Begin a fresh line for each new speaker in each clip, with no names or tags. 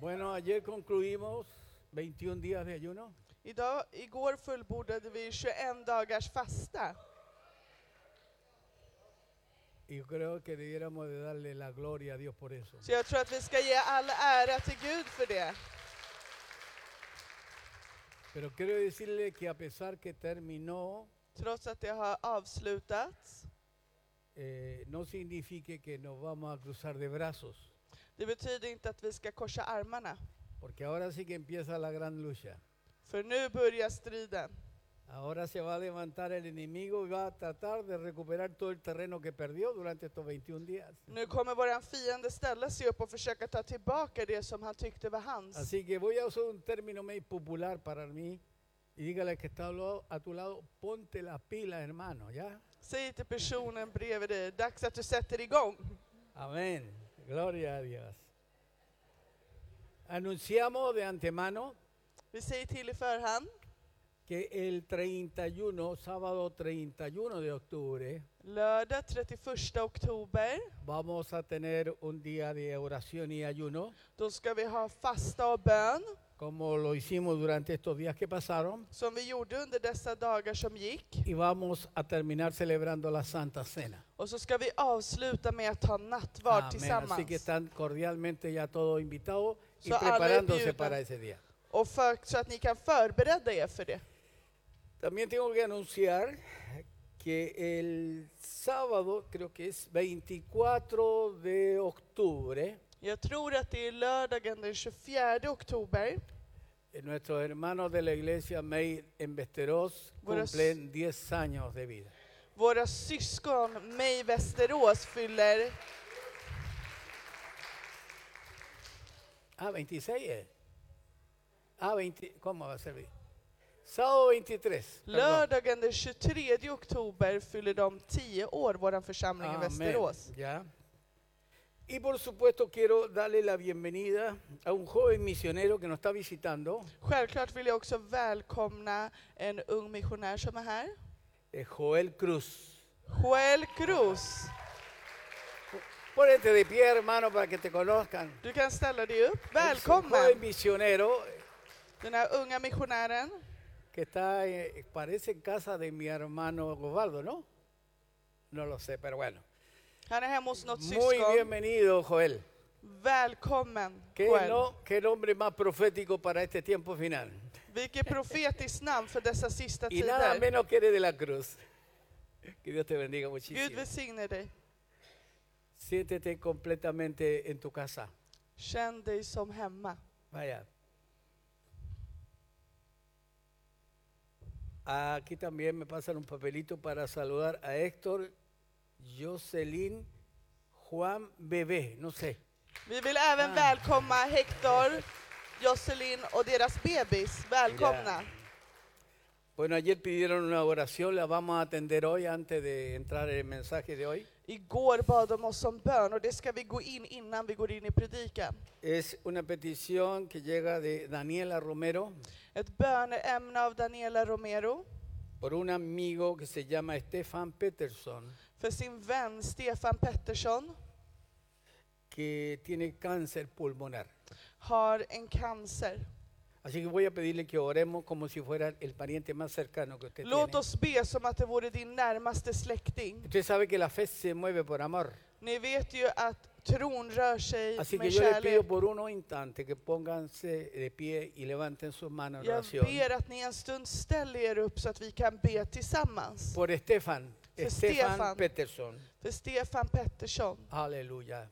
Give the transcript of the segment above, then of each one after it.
Bueno, ayer concluimos 21 días de ayuno.
Idag, igår fullbordade vi 21 dagars fasta.
Y yo creo que debiéramos de darle la gloria a Dios por eso.
Så jag tror att vi ska ge all ära till Gud för det.
Pero quiero decirle que a pesar que terminó,
Trots att det har avslutats.
eh, no signifique que nos vamos a cruzar de brazos,
Det betyder inte att vi ska korsa armarna.
porque ahora sí que empieza la gran lucha.
För nu börjar striden.
Ahora se va a levantar el enemigo y va a tratar de recuperar todo el terreno que perdió durante estos 21 días.
Nu kommer våran fiende ställa sig upp och försöka ta tillbaka det som han tyckte var hans.
Así que voy a usar un término muy popular para mí y dígale que está al lado- a tu lado, ponte las pilas, hermano, ¿ya?
Säg till personen bredvid dig, dags att du sätter igång.
Amén. Gloria a Dios. Anunciamos de antemano
Vi säger till i förhand.
que el 31, sábado 31 de octubre,
Lördag 31 oktober,
vamos a tener un día de oración y ayuno,
då ska vi ha fasta och bön.
como lo hicimos durante estos días que pasaron,
som vi gjorde under dessa dagar som gick.
y vamos a terminar celebrando la Santa Cena.
Och så ska vi avsluta med att ta nattvard
Así
tillsammans.
que están cordialmente ya todos invitados y
So,
preparándose
aleluya.
para ese día.
Och för, så att ni kan förbereda er för det.
También tengo que anunciar que el sábado, creo que es 24 de octubre,
Jag tror att det är lördagen den 24 oktober.
eh, nuestros hermanos de la iglesia May en Västerås
Buenos-
cumplen 10 años de vida.
Våra syskon Mej Västerås fyller,
Ah, 26 es. Ah, 20, ¿cómo va a ser? Sábado 23. perdón.
lördagen den 23 oktober fyller de 10 år, vår församling i
Amén,
Västerås.
Ya. Y por supuesto quiero darle la bienvenida a un joven misionero que nos está visitando.
Självklart vill jag också välkomna en ung missionär som är här.
eh, Joel Cruz.
Joel Cruz.
Ponete de pie, hermano, para que te conozcan.
Du kan ställa dig upp.
Es un joven
Välkommen!
misionero eh,
Den här unga missionären.
que está, eh, parece en casa de mi hermano Gobaldo, ¿no? No lo sé, pero bueno.
Han är hemma hos något
Muy
syskon.
bienvenido, Joel.
Välkommen
¿Qué,
Joel.
no- qué nombre más profético para este tiempo final.
Vilket profetiskt namn för dessa sista
Y nada
tider.
menos que eres de la cruz. Que Dios te bendiga muchísimo.
Gud välsigne dig.
Siéntete completamente en tu casa.
Känn dig som hemma.
Vaya. Aquí también me pasan un papelito para saludar a Héctor, Jocelyn, Juan Bebé, no sé.
Vi vill även
Ah.
välkomna Hector, Jocelyn och deras bebis. Välkomna.
Ya. Bueno, ayer pidieron una oración, la vamos a atender hoy antes de entrar en el mensaje de hoy.
Igår bad de oss om bön och det ska vi gå in innan vi går in i predikan.
Es una petición que llega de Daniela Romero
Ett böneämne av Daniela Romero
por un amigo que se llama Stefan Peterson,
för sin vän Stefan Pettersson
que tiene cáncer pulmonar.
har en cancer.
Así que voy a pedirle que oremos como si fuera el pariente más cercano que usted
Låt
tiene.
oss be som att det vore din närmaste släkting.
Usted sabe que la fe se mueve por amor.
Ni vet ju att tron rör sig
Así que
med
yo les pido
kärlek.
por unos instantes que pónganse de pie y levanten sus manos en
Jag
oración.
ber att ni en stund ställer er upp så att vi kan be tillsammans.
Por Estefan,
Por
Estefan
Stefan.
Peterson.
För Stefan Pettersson.
Aleluya.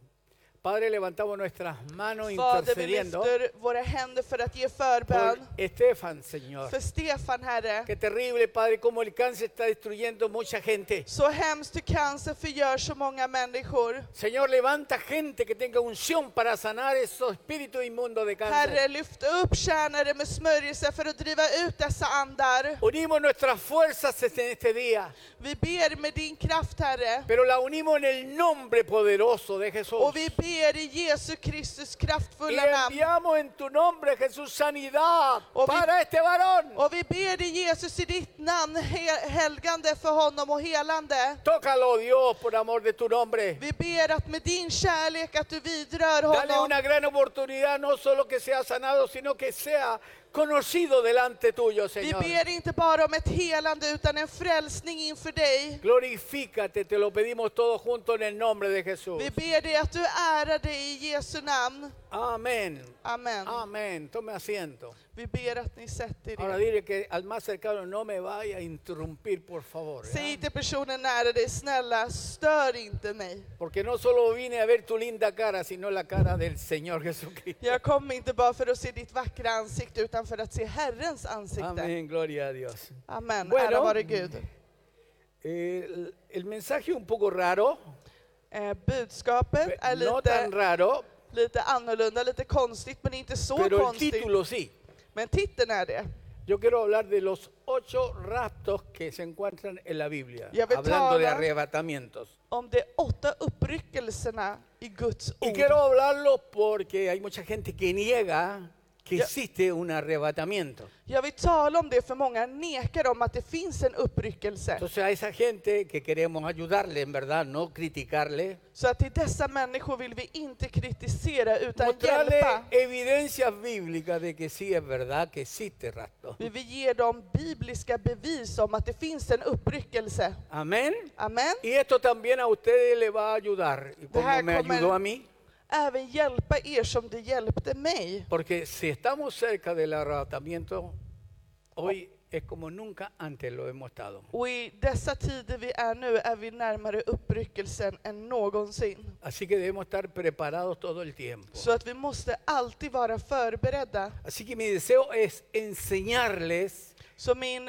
Padre, levantamos nuestras manos
Fader, vi
intercediendo
lyfter våra händer för att ge
por
förbön.
Estefan, Señor.
För Stefan, Herre.
Qué terrible, Padre, cómo el cáncer está destruyendo mucha gente.
Så hemskt hur cancer förgör så många människor.
Señor, levanta gente que tenga unción para sanar esos espíritus inmundos de cáncer.
Herre, lyft upp tjänare med smörjelse för att driva ut dessa andar.
Unimos nuestras fuerzas en este día,
Vi ber med din kraft, Herre.
pero la unimos en el nombre poderoso de Jesús.
Och vi ber ber i Jesu Kristus
Y
kraftfulla namn.
enviamos en tu nombre, Jesús, sanidad
Och vi-
para este varón.
Och vi ber i Jesus i ditt namn, he- helgande för honom och helande.
Tócalo, Dios, por amor de tu nombre.
Vi ber att med din kärlek att du vidrör
Dale
honom.
una gran oportunidad, no solo que sea sanado, sino que sea conocido delante tuyo,
Vi
Señor.
ber inte bara om ett helande utan en frälsning inför dig.
Glorifícate, te lo pedimos todos juntos en el nombre de Jesús.
Vi ber dig att du ärar dig i Jesu namn.
Amén.
Amen.
Amén. Tome asiento.
Vi ber att ni sätter
Ahora
er.
dile que al más cercano no me vaya a interrumpir, por favor. ¿eh? ¿ya?
Säg till personen nära dig, snälla stör inte mig.
Porque no solo vine a ver tu linda cara, sino la cara del Señor Jesucristo.
Jag kom inte bara för att se ditt vackra ansikte utan för att se Herrens ansikte.
Amén, gloria a Dios.
Amen.
Bueno.
Ära vare Gud.
El, el mensaje un poco raro,
Eh, budskapet är
no tan
lite,
raro,
lite annorlunda, lite konstigt men inte så
pero el
konstigt.
título sí.
Men titeln är det.
Yo quiero hablar de los ocho raptos que se encuentran en la Biblia,
Ya ves,
hablando de
Tara.
arrebatamientos.
Om de åtta uppryckelserna i Guds
Y
ord.
quiero hablarlo porque hay mucha gente que niega que
Ya.
existe un arrebatamiento.
Jag vill tala om det för många nekar om att det finns en uppryckelse.
Entonces a esa gente que queremos ayudarle, en verdad, no criticarle,
Så att till dessa människor vill vi inte kritisera utan
mostrarle
hjälpa.
evidencias bíblicas de que sí es verdad que existe rapto.
Vi vill ge dem bibliska bevis om att det finns en uppryckelse.
Amén.
Amen.
Y esto también a ustedes le va a ayudar, y como
Deja
me
comer.
ayudó a mí,
Även hjälpa er som det hjälpte mig.
porque si estamos cerca del arrebatamiento, hoy es como nunca antes lo hemos estado.
Och i dessa tider vi är nu är vi närmare uppryckelsen än någonsin.
Así que debemos estar preparados todo el tiempo.
Så att vi måste alltid vara förberedda.
Así que mi deseo es enseñarles,
Så min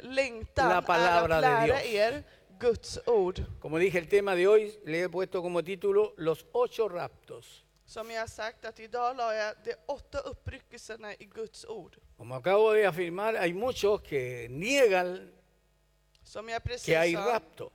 La
längtan är
palabra de
att lära
Dios.
er Guds ord.
como dije, el tema de hoy le he puesto como título Los ocho raptos.
Som jag har sagt att idag la jag de åtta uppryckelserna i Guds ord.
Como acabo de afirmar, hay muchos que niegan
Som jag
que
precis
hay
sa,
rapto.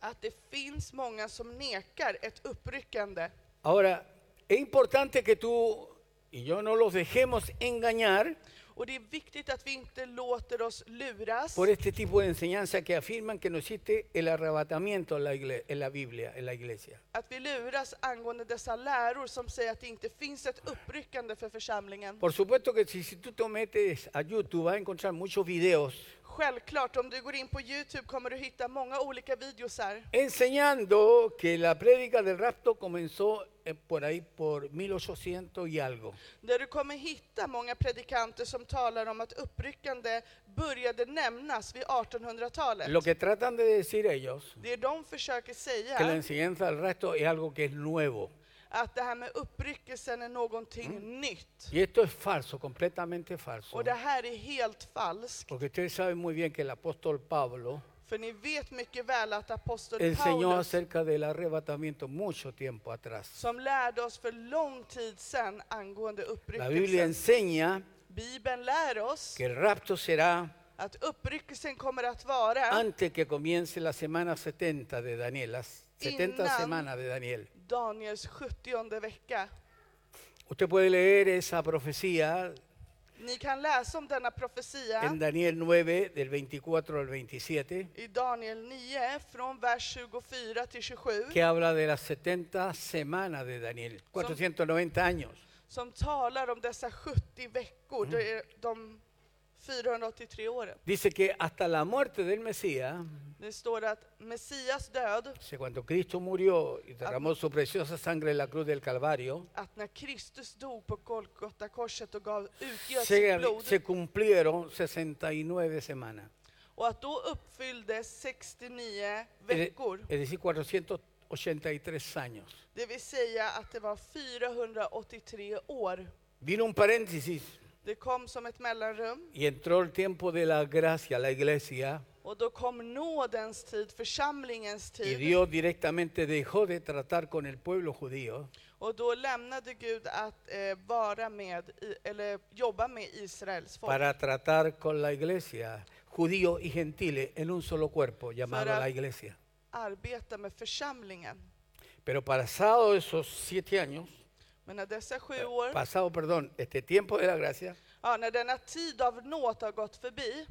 att det finns många som nekar ett uppryckande.
Ahora, es importante que tú y yo no los dejemos engañar
Och det är viktigt att vi inte låter oss luras
por este tipo de enseñanza que afirman que no existe el arrebatamiento en la, igle- en la Biblia, en la iglesia.
att vi luras angående dessa läror som säger att det inte finns ett uppryckande för församlingen.
Por supuesto que si, si tú te metes a YouTube vas a encontrar muchos videos
Självklart, om du går in på Youtube kommer du hitta många olika videos här
enseñando que la prédica del rapto comenzó eh, por ahí por 1800 y algo.
där du kommer hitta många predikanter som talar om att uppryckande började nämnas vid 1800-talet.
Lo que tratan de decir ellos,
Det de försöker
que la
säga,
enseñanza del rapto es algo que es nuevo.
att det här med uppryckelsen är någonting nytt.
Y esto es falso, completamente falso.
Och det här är helt falskt.
Porque ustedes saben muy bien que el apóstol Pablo
För ni vet mycket väl att aposteln
enseñó
Paulus,
acerca del arrebatamiento mucho tiempo atrás.
som lärde oss för lång tid sedan angående
La Biblia
uppryckelsen,
enseña
Bibeln lär oss
que el rapto será
att uppryckelsen kommer att vara
antes que comience la semana 70 de Daniel, las 70
Innan-
semanas de Daniel.
Daniels 70 vecka.
Usted puede leer esa profecía
Ni kan läsa om denna profetia
en Daniel 9 del 24 al 27
i Daniel 9 från vers 24 till 27
que habla de las 70 semanas de Daniel, 490 años.
som talar om dessa 70 veckor, det är de 483 åren.
Dice que hasta la muerte del Mesías
Det står att Messias död,
Dice, Cuando Cristo murió y derramó su preciosa sangre en la cruz del Calvario,
att när Kristus dog på Golgata korset och gav utgöt sitt
se, se
blod
cumplieron 69 semanas.
och att då uppfylldes 69
Es de-
veckor.
es decir, 483 años.
Det vill säga att det var 483 år.
Vino un paréntesis
Det kom som ett mellanrum
y entró el tiempo de la gracia, la iglesia,
och då kom nådens tid, församlingens
y
tid.
Dios directamente dejó de tratar con el pueblo judío
Och då lämnade Gud att eh, vara med, i, eller jobba med Israels folk.
para tratar con la iglesia, judíos y gentiles, en un solo cuerpo llamado
Para-
la iglesia.
Arbeta med församlingen.
Pero pasado esos siete años,
Men när dessa sju år,
pasado, perdón, este tiempo de la gracia,
ja, när denna tid av nåd har gått förbi,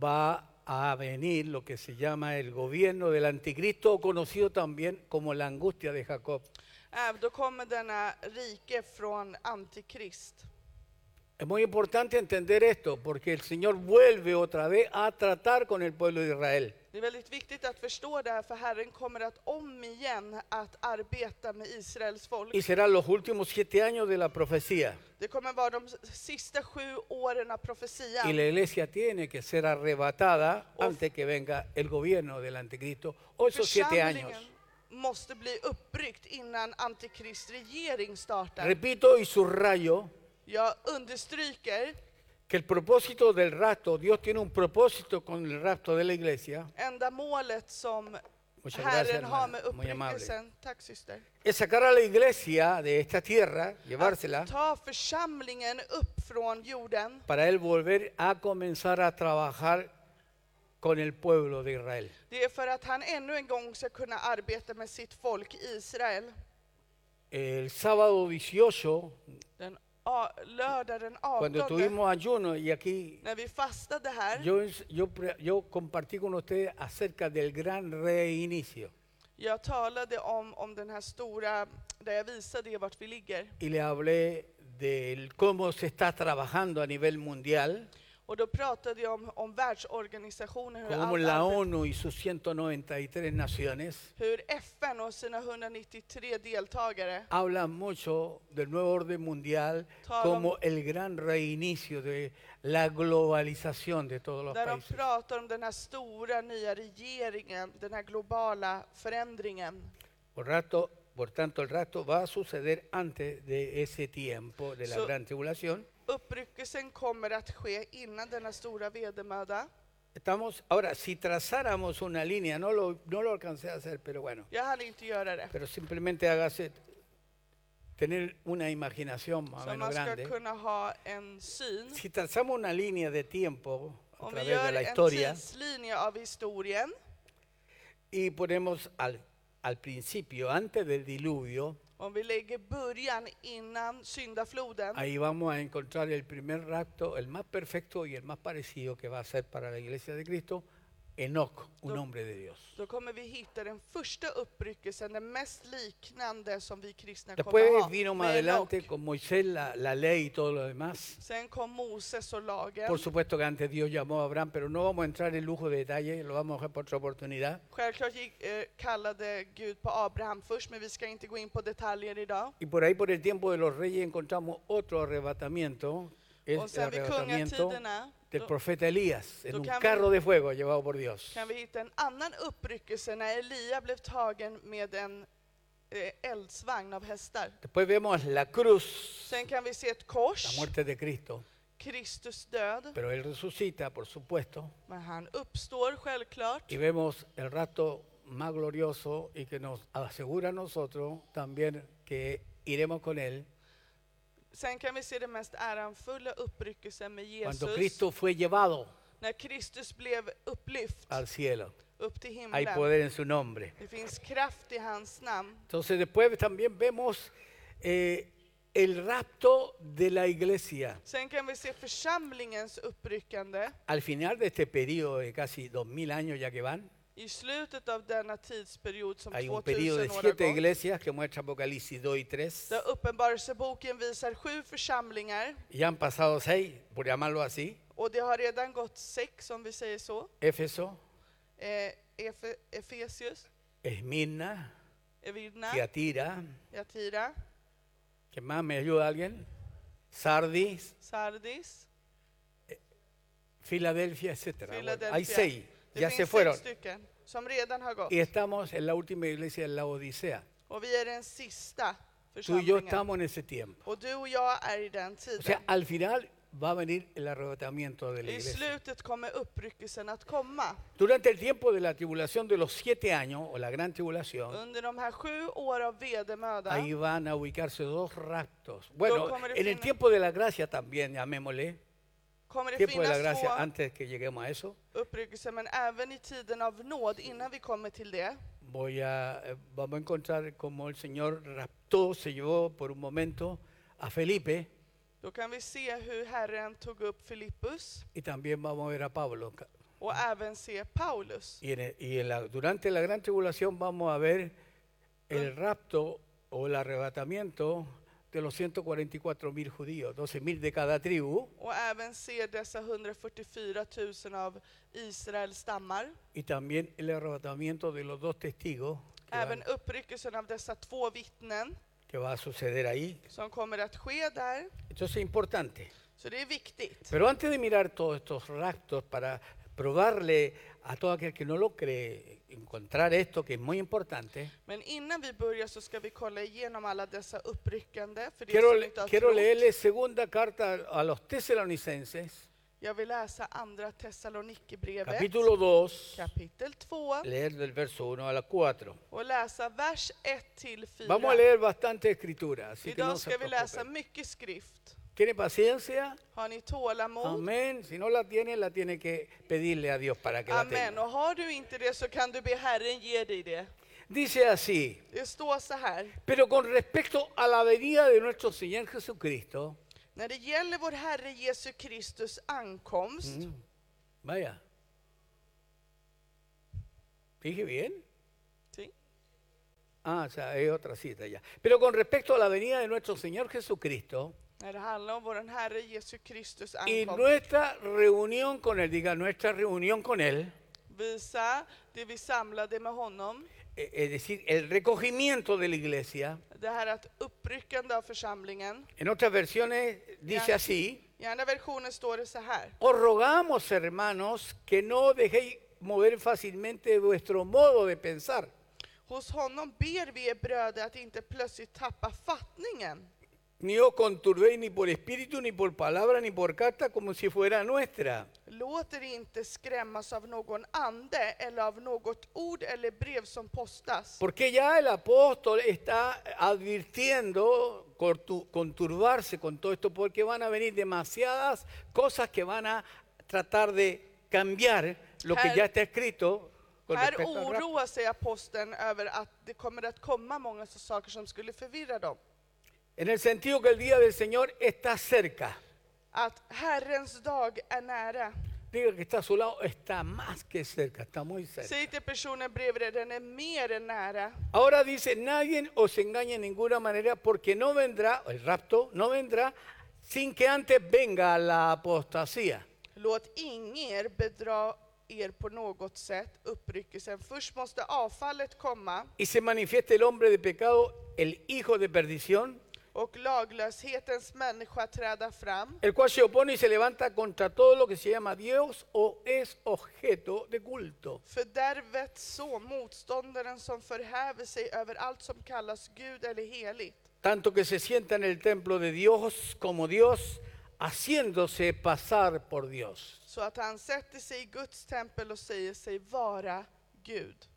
va a venir lo que se llama el gobierno del anticristo, conocido también como la angustia de Jacob.
eh, då kommer denna rike från Antikrist.
Es muy importante entender esto porque el Señor vuelve otra vez a tratar con el pueblo de Israel.
Det är väldigt viktigt att förstå det här, för Herren kommer att om igen att arbeta med Israels folk.
Y serán los últimos siete años de la profecía.
Det kommer vara de sista sju åren av profetian.
Y la iglesia tiene que ser arrebatada antes que venga el gobierno del anticristo o esos
Pues
siete
Församlingen
años.
måste bli uppryckt innan Antikrist regering startar.
Repito y subrayo
Jag understryker
que el propósito del rapto, Dios tiene un propósito con el rapto de la iglesia,
enda målet som
Muchas gracias,
Herren har
hermana.
med
Muy amable.
uppryckelsen. Tack syster.
es sacar a la iglesia de esta tierra, llevársela,
Att ta församlingen upp från jorden.
para él volver a comenzar a trabajar con el pueblo de Israel.
Det är för att han ännu en gång ska kunna arbeta med sitt folk Israel.
El sábado 18,
Den a- lördag den
cuando
18
tuvimos ayuno y aquí
när vi fastade här.
yo, yo, pre- yo compartí con ustedes acerca del gran reinicio
Jag talade om, om den här stora, där jag visade er vart vi ligger.
y le hablé de cómo se está trabajando a nivel mundial,
Och då pratade jag om, om världsorganisationen, hur,
como
allt
la
arbete-
ONU y sus 193 naciones
hur FN och sina 193 deltagare
hablan mucho del nuevo orden mundial
Todo-
como el gran reinicio de la globalización de todos los
där de
países.
pratar om den här stora nya regeringen, den här globala förändringen.
Por, rato, por tanto, el rato va a suceder antes de ese tiempo de la
So-
gran tribulación.
Uppryckelsen kommer att ske innan denna stora vedermöda.
Estamos, ahora, si trazáramos una línea, no lo, no lo alcancé a hacer, pero bueno,
Jag hann inte göra det.
pero simplemente hágase tener una imaginación más o
Så
menos
man ska
grande.
kunna ha en syn.
Si trazamos una línea de tiempo a
Om vi
través de
gör
la
en
historia
tidslinje av historien
y ponemos al, al principio, antes del diluvio,
Om vi lägger början innan syndafloden,
ahí vamos a encontrar el primer rapto, el más perfecto y el más parecido que va a ser para la iglesia de Cristo, Enoch, un
Do-
hombre de Dios.
då kommer vi hitta den första uppryckelsen, den mest liknande som vi kristna
Después
kommer ha.
vino más
med
adelante
Enoch.
con Moisés la, la ley y todo lo demás.
Sen kom Moses och lagen.
Por supuesto que antes Dios llamó a Abraham, pero no vamos a entrar en lujo de detalles, lo vamos a dejar por otra oportunidad.
Självklart gick, eh, kallade Gud på Abraham först, men vi ska inte gå in på detaljer idag.
Y por ahí, por el tiempo de los reyes, encontramos otro arrebatamiento,
och
es el
sen vid
arrebatamiento
kungatiderna
del
då
profeta Elías en
Lo
un
que han-
carro de fuego llevado por Dios.
kan vi hitta en annan uppryckelse när Elia blev tagen med en eh, eldsvagn av hästar.
Después vemos la cruz,
Sen kan vi se ett
la
kors,
muerte de Cristo,
Kristus död,
pero él resucita, por supuesto,
men han uppstår självklart.
y vemos el rato más glorioso y que nos asegura a nosotros también que iremos con él
Sen kan vi se den mest äranfulla uppryckelsen med
cuando
Jesus.
Cristo fue llevado
När Kristus blev upplyft
al cielo.
upp till
Hay
himlen.
poder en su nombre.
Det finns kraft i hans namn.
Entonces después también vemos eh, el rapto de la iglesia.
Sen kan vi se församlingens uppryckande
Al final de este periodo de casi 2000 años ya que van,
i slutet av denna tidsperiod som
Hay un periodo de
2000 år har
siete
gått.
iglesias que muestra Apocalipsis 2 y 3.
Där Uppenbarelseboken visar sju församlingar
Ya han pasado seis, por llamarlo así.
och det har redan gått sex om vi säger så.
Éfeso,
Eh, Efe- Efesius,
Esmirna,
Evidna,
Ah. Tiatira.
Yatira,
¿Qué más? ¿Me ayuda alguien? Sardis,
Sardis.
Filadelfia, etcétera. Bueno,
Filadelfia.
hay seis.
Det
Ya
finns
se
sex
fueron. Eh.
stycken som redan har gått.
Y estamos en la última iglesia en la Odisea.
Och vi är den sista
Tú y yo
församlingen.
estamos en ese tiempo.
Och du och jag är i den
O sea,
tiden.
al final va a venir el arrebatamiento de la
I
iglesia.
slutet kommer uppryckelsen att komma.
Durante el tiempo de la tribulación de los siete años, o la gran tribulación,
Under de här sju år av vedermöda
Ahí van a ubicarse dos raptos. Bueno,
comer
en el
fina.
tiempo de la gracia también, llamémosle.
kommer det
Tiempo de la
finnas två
gracia, antes que lleguemos a eso,
uppryckelser, men även i tiden av nåd, innan vi kommer till det,
voy a, eh, vamos a encontrar cómo el Señor raptó, se llevó por un momento a Felipe
Då kan vi se hur Herren tog upp Filippus
y también vamos a ver a Pablo.
och även se Paulus.
Y, en el- y en la- durante la gran tribulación vamos a ver el rapto o el arrebatamiento de los 144 mil judíos, 12 mil de cada tribu,
Och även se dessa 144 000 av Israels stammar.
y también el arrebatamiento de los dos testigos que, van-
Även uppryckelsen av dessa två vittnen
que va a suceder ahí.
som kommer att ske där.
Entonces es importante.
Så det är viktigt.
Pero antes de mirar todos estos raptos para probarle a todo aquel que no lo cree, encontrar esto que es muy importante,
Men innan vi börjar så ska vi kolla igenom alla dessa uppryckande. För det
quiero,
som
le-
inte har
quiero
trott.
leerle segunda carta a los tesalonicenses,
Jag vill läsa andra Thessalonikerbrevet
capítulo 2,
kapitel 2
leer del verso 1 a la 4.
och läsa vers 1 till 4.
Vamos a leer bastante escritura, así que no
Idag
se
ska vi läsa
preocupen.
mycket skrift.
¿Tiene paciencia?
Har ni tålamod?
Amén. Si no la tiene, la tiene que pedirle a Dios para que la
Amen.
tenga.
Och har du inte det så kan du be Herren ge dig det.
Dice así,
Det står så här.
pero con respecto a la venida de nuestro Señor Jesucristo,
När det gäller vår Herre Jesu Kristus ankomst.
Mm. Vaya. ¿Dije bien?
Sí.
Ah, o sea, hay otra cita ya. Pero con respecto a la venida de nuestro Señor Jesucristo
När det handlar om vår Herre Jesu Kristus
y
ankomst.
nuestra reunión con Él, diga nuestra reunión con Él,
Visa det vi samlade med honom.
eh, es decir, el recogimiento de la iglesia,
Det här att uppryckande av församlingen.
en otras versiones dice
Ya.
así,
I andra versionen står det så här.
os rogamos hermanos que no dejéis mover fácilmente vuestro modo de pensar.
Hos honom ber vi er bröder att inte plötsligt tappa fattningen.
Ni os conturbéis ni por espíritu, ni por palabra, ni por carta, como si fuera nuestra.
Låt er inte skrämmas av någon ande eller av något ord eller brev som postas.
Porque ya el apóstol está advirtiendo cortu- conturbarse con todo esto, porque van a venir demasiadas cosas que van a tratar de cambiar lo que
Här-
ya está escrito. Con
Här
respecto al rapto.
oroar sig aposteln över att det kommer att komma många så- saker som skulle förvirra dem.
en el sentido que el día del Señor está cerca.
Att Herrens dag är nära.
Diga que está a su lado, está más que cerca, está muy cerca.
Säg till personen bredvid dig, den är mer än nära.
Ahora dice, nadie os engañe de ninguna manera porque no vendrá, el rapto no vendrá sin que antes venga la apostasía.
Låt ingen bedra er på något sätt, uppryckelsen. Först måste avfallet komma
Y se manifiesta el hombre de pecado, el hijo de perdición,
och laglöshetens människa träda fram.
el cual se opone y se levanta contra todo lo que se llama Dios o es objeto de culto.
Fördärvets son, motståndaren som förhäver sig över allt som kallas Gud eller heligt.
Tanto que se sienta en el templo de Dios como Dios, haciéndose pasar por Dios.
Så att han sätter sig i Guds tempel och säger sig vara Gud.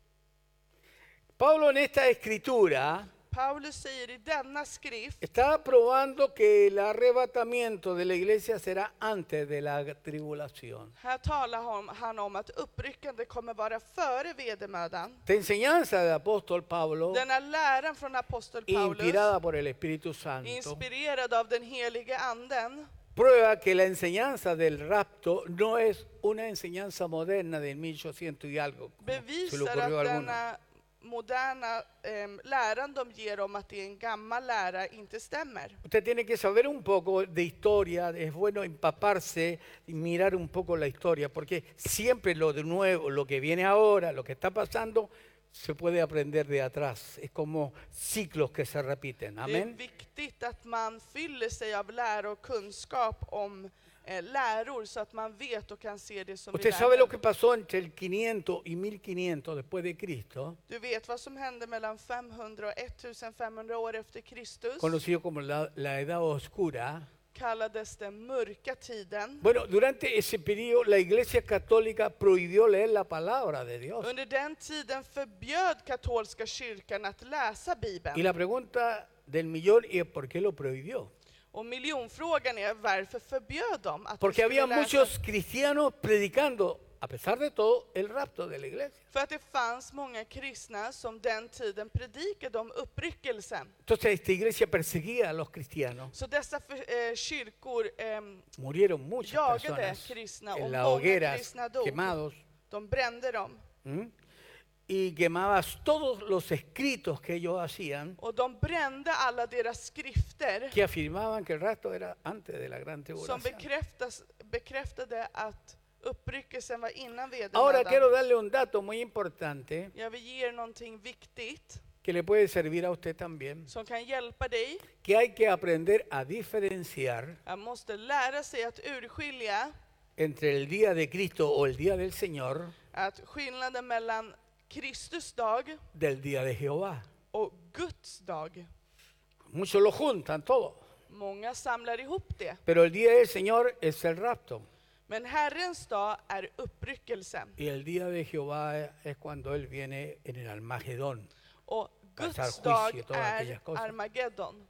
Pablo en esta escritura
Paulus säger i denna skrift
Está probando que el arrebatamiento de la iglesia será antes de la tribulación.
Här talar hon- han om att uppryckande kommer vara före vedermödan.
Esta enseñanza del apóstol Pablo,
Denna läran från apostel Paulus,
inspirada por el Espíritu Santo,
inspirerad av den helige anden,
prueba que la enseñanza del rapto no es una enseñanza moderna del 1800 y algo, como se le
bevisar
ocurrió a
att
alguno,
denna moderna em, läran de ger om att det är en gammal lära inte stämmer.
Usted tiene que saber un poco de historia, es bueno empaparse y mirar un poco la historia, porque siempre lo de nuevo, lo que viene ahora, lo que está pasando, se puede aprender de atrás. Es como ciclos que se repiten.
Det är
Amén.
viktigt att man fyller sig av lära och kunskap om eh, läror så att man vet och kan se det som vi
Usted
lär
sabe
henne.
lo que pasó entre el 500 y 1500 después de Cristo,
Du vet vad som hände mellan 500 och 1500 år efter Kristus?
conocido como la, la Edad Oscura.
kallades den mörka tiden.
Bueno, durante ese periodo la Iglesia Católica prohibió leer la palabra de Dios.
Under den tiden förbjöd katolska kyrkan att läsa
Y
Bibeln.
la pregunta del millón es por qué lo prohibió.
Och miljonfrågan är varför förbjöd de att vi
Porque
skulle
había
läsa?
muchos cristianos predicando a pesar de todo, el rapto de la iglesia.
För att det fanns många kristna som den tiden predikade om uppryckelsen.
Entonces esta iglesia perseguía a los cristianos.
Så dessa för, eh, kyrkor ehm,
Murieron muchas
Jagade
personas
kristna och
en las
många
hogueras,
kristna dog.
quemados.
De brände dem
¿m? Y quemabas todos los escritos que ellos hacían
och de brände alla deras skrifter
que afirmaban que el rapto era antes de la gran
som
tribulación.
bekräftas, bekräftade att uppryckelsen var innan
Ahora quiero
vedermödan.
darle un dato muy importante
Jag vill ge er någonting viktigt
que le puede servir a usted también,
som kan hjälpa dig.
que hay que aprender a diferenciar
Man måste lära sig att urskilja
entre el día de Cristo o el día del Señor
att skillnaden mellan Kristus dag
del día de Jehová.
och Guds dag.
Muchos lo juntan todo,
Många samlar ihop det.
pero el día del Señor es el rapto
Men Herrens dag är uppryckelsen.
y el día de Jehová es cuando Él viene en el Almagedón.
Och Guds
Kastar
dag
juicio, todas
är
aquellas cosas.
Armageddon.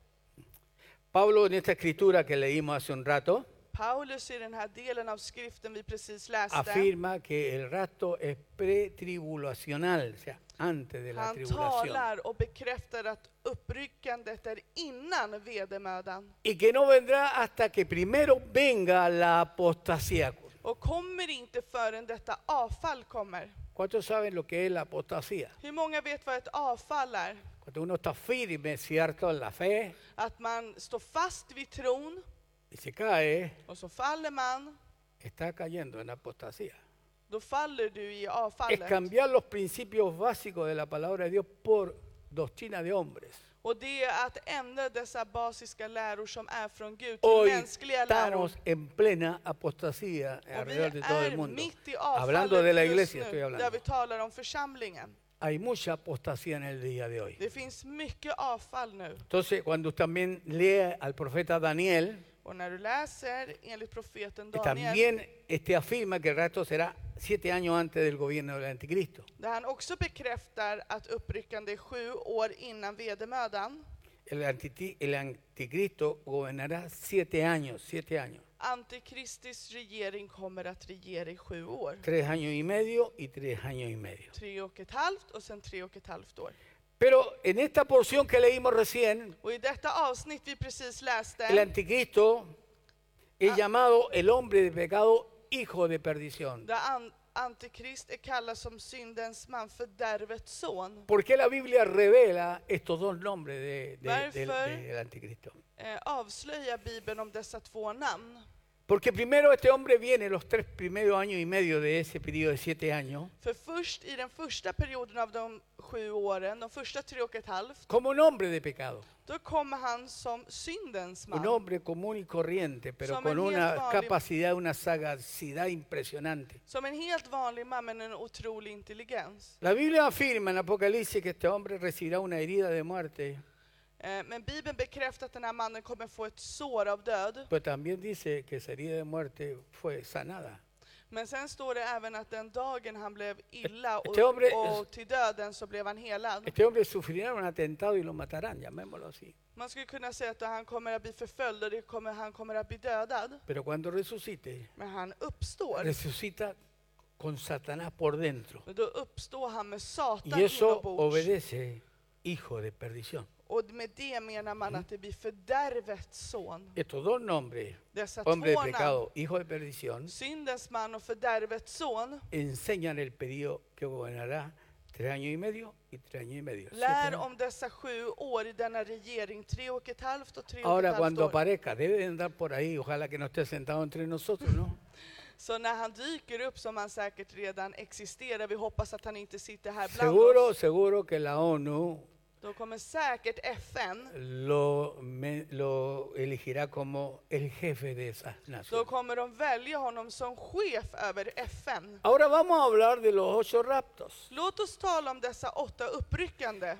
Pablo en esta escritura que leímos hace un rato
Paulus i den här delen av skriften vi precis läste,
afirma que el rapto es pretribulacional, o sea, antes de la
han
tribulación.
talar och bekräftar att uppryckandet är innan vedermödan
Y que no vendrá hasta que primero venga la apostasía.
och kommer inte förrän detta avfall kommer.
¿Cuántos saben lo que es la apostasía?
Hur många vet vad ett avfall är?
Cuando uno está firme, cierto, en la fe,
Att man står fast vid tron
y se cae,
och så faller man,
está cayendo en apostasía.
då faller du i
Es
avfallet.
cambiar los principios básicos de la palabra de Dios por doctrina de hombres.
Och det är att ändra dessa basiska läror som är från Gud till
Hoy
mänskliga läror.
estamos en plena apostasía
Och vi
alrededor de todo el
är
mundo.
mitt i
Hablando de la
avfallet just
iglesia, estoy
nu, där vi
hablando.
talar om församlingen.
Hay mucha apostasía en el día de hoy.
Det finns mycket avfall nu.
Entonces, cuando también lee al profeta Daniel,
Och när du läser enligt profeten
que
Daniel,
también este, afirma que el rapto será siete años antes del gobierno del anticristo.
där han också bekräftar att uppryckande är sju år innan vedermödan.
El, antiti- el anticristo gobernará siete años, siete años.
Antikristisk regering kommer att regera i sju år.
Tres años y medio y tres años y medio.
Tre och ett halvt och sen tre och ett halvt år.
Pero en esta porción que leímos recién,
Och i detta avsnitt vi precis
el
läste,
anticristo es llamado el hombre de pecado, hijo de perdición.
där an- Antikrist är kallad som syndens man, fördärvets son.
¿Por qué la Biblia revela estos dos nombres de- de- del-
Varför?
del anticristo?
eh, avslöja Bibeln om dessa två namn.
Porque primero este hombre viene los tres primeros años y medio de ese periodo de siete años
För först i den första perioden av de sju åren, de första tre och ett halvt,
como un hombre de pecado,
då kommer han som syndens
un
man.
hombre común y corriente, pero
Som
con
en helt
una
vanlig-
capacidad, una sagacidad impresionante.
Som en helt vanlig man med en otrolig intelligens.
La Biblia afirma en Apocalipsis que este hombre recibirá una herida de muerte,
Eh, Men Bibeln bekräftar att den här mannen kommer få ett sår av död.
pero Pues también dice que esa herida de muerte fue sanada.
Men sen står det även att den dagen han blev illa och,
Este hombre-
och till döden så blev han helad.
Este hombre sufrirá un atentado y lo matarán, llamémoslo así.
Man skulle kunna säga att han kommer att bli förföljd och det kommer, han kommer att bli dödad.
Pero cuando resucite,
Men han uppstår.
resucita con Satanás por dentro.
Men då uppstår han med Satan
Y eso
inombords.
obedece, hijo de perdición.
Och med det menar man
Mm.
att det blir fördärvets son.
Estos dos nombres,
Dessa
hombre de
två namn,
pecado, hijo de perdición,
syndens man och fördärvets son,
enseñan el periodo que gobernará tres años y medio y tres años y medio. siete
lär
años.
om dessa sju år i denna regering, tre och ett halvt och tre och
Ahora
ett halvt
cuando
år.
aparezca, debe de andar por ahí, ojalá que no esté sentado entre nosotros, ¿no?
Så när han dyker upp, som han säkert redan existerar, vi hoppas att han inte sitter här bland
Seguro,
oss,
seguro que la ONU
då kommer säkert FN,
lo, me- lo elegirá como el jefe de esas
då
naciones.
kommer de välja honom som chef över FN.
Ahora vamos a hablar de los ocho raptos.
Låt oss tala om dessa åtta uppryckande.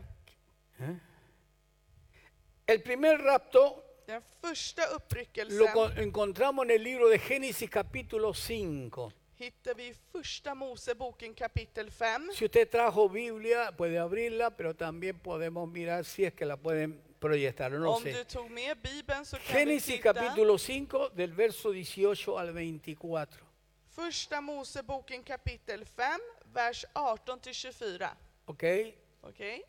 El primer rapto
Den första
Lo
uppryckelsen
co- encontramos en el libro de Génesis capítulo 5.
hittar vi i första Moseboken kapitel 5.
Si usted trajo Biblia, puede abrirla, pero también podemos mirar si es que la pueden proyectar o no
Om du
sé.
tog med Bibeln så kan vi
Génesis
titta
capítulo 5 del verso 18 al 24.
Första Moseboken kapitel 5, vers 18-24.
¿Ok?
Okej?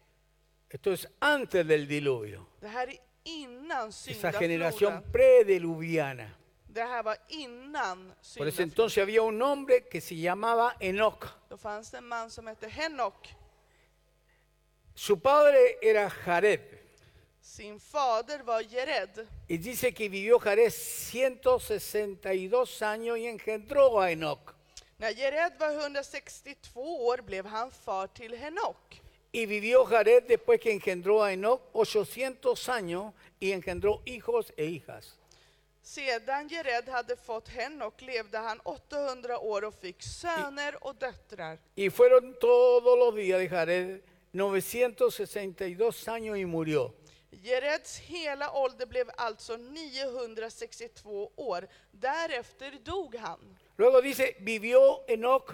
Esto es antes del diluvio.
Det här är innan
Esa generación
syndafloden.
prediluviana.
Det här var innan
Por ese
syndafloden.
entonces había un hombre que se llamaba Enoch.
Då fanns det en man som hette Henok.
Su padre era Jared.
Sin fader var Jered.
Y dice que vivió Jared 162 años y engendró a Enoch.
När Jered var 162 år blev han far till Henok.
Y vivió Jared después que engendró a Enoch 800 años y engendró hijos e hijas.
Sedan Jered hade fått Henok levde han 800 år och fick söner och döttrar.
Y fueron todos los días de Jared 962 años y murió.
Jereds hela ålder blev alltså 962 år. Därefter dog han.
Luego dice, vivió Enoch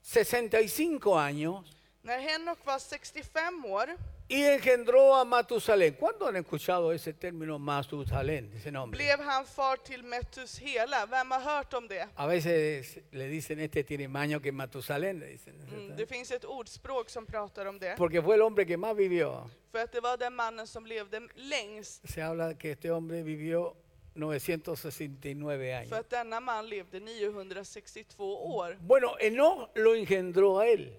65 años
När Henok var 65 år
y engendró a Matusalén. ¿Cuándo han escuchado ese término Matusalén, ese nombre?
blev han far till Metushela. Vem har hört om det?
A veces le dicen, este tiene más años que Matusalén, le dicen.
Mm, det finns ett ordspråk som pratar om det.
Porque fue el hombre que más vivió.
För att det var den mannen som levde längst.
Se habla que este hombre vivió 969
För
años.
att denna man levde 962 år.
Bueno, Enoch lo engendró a él.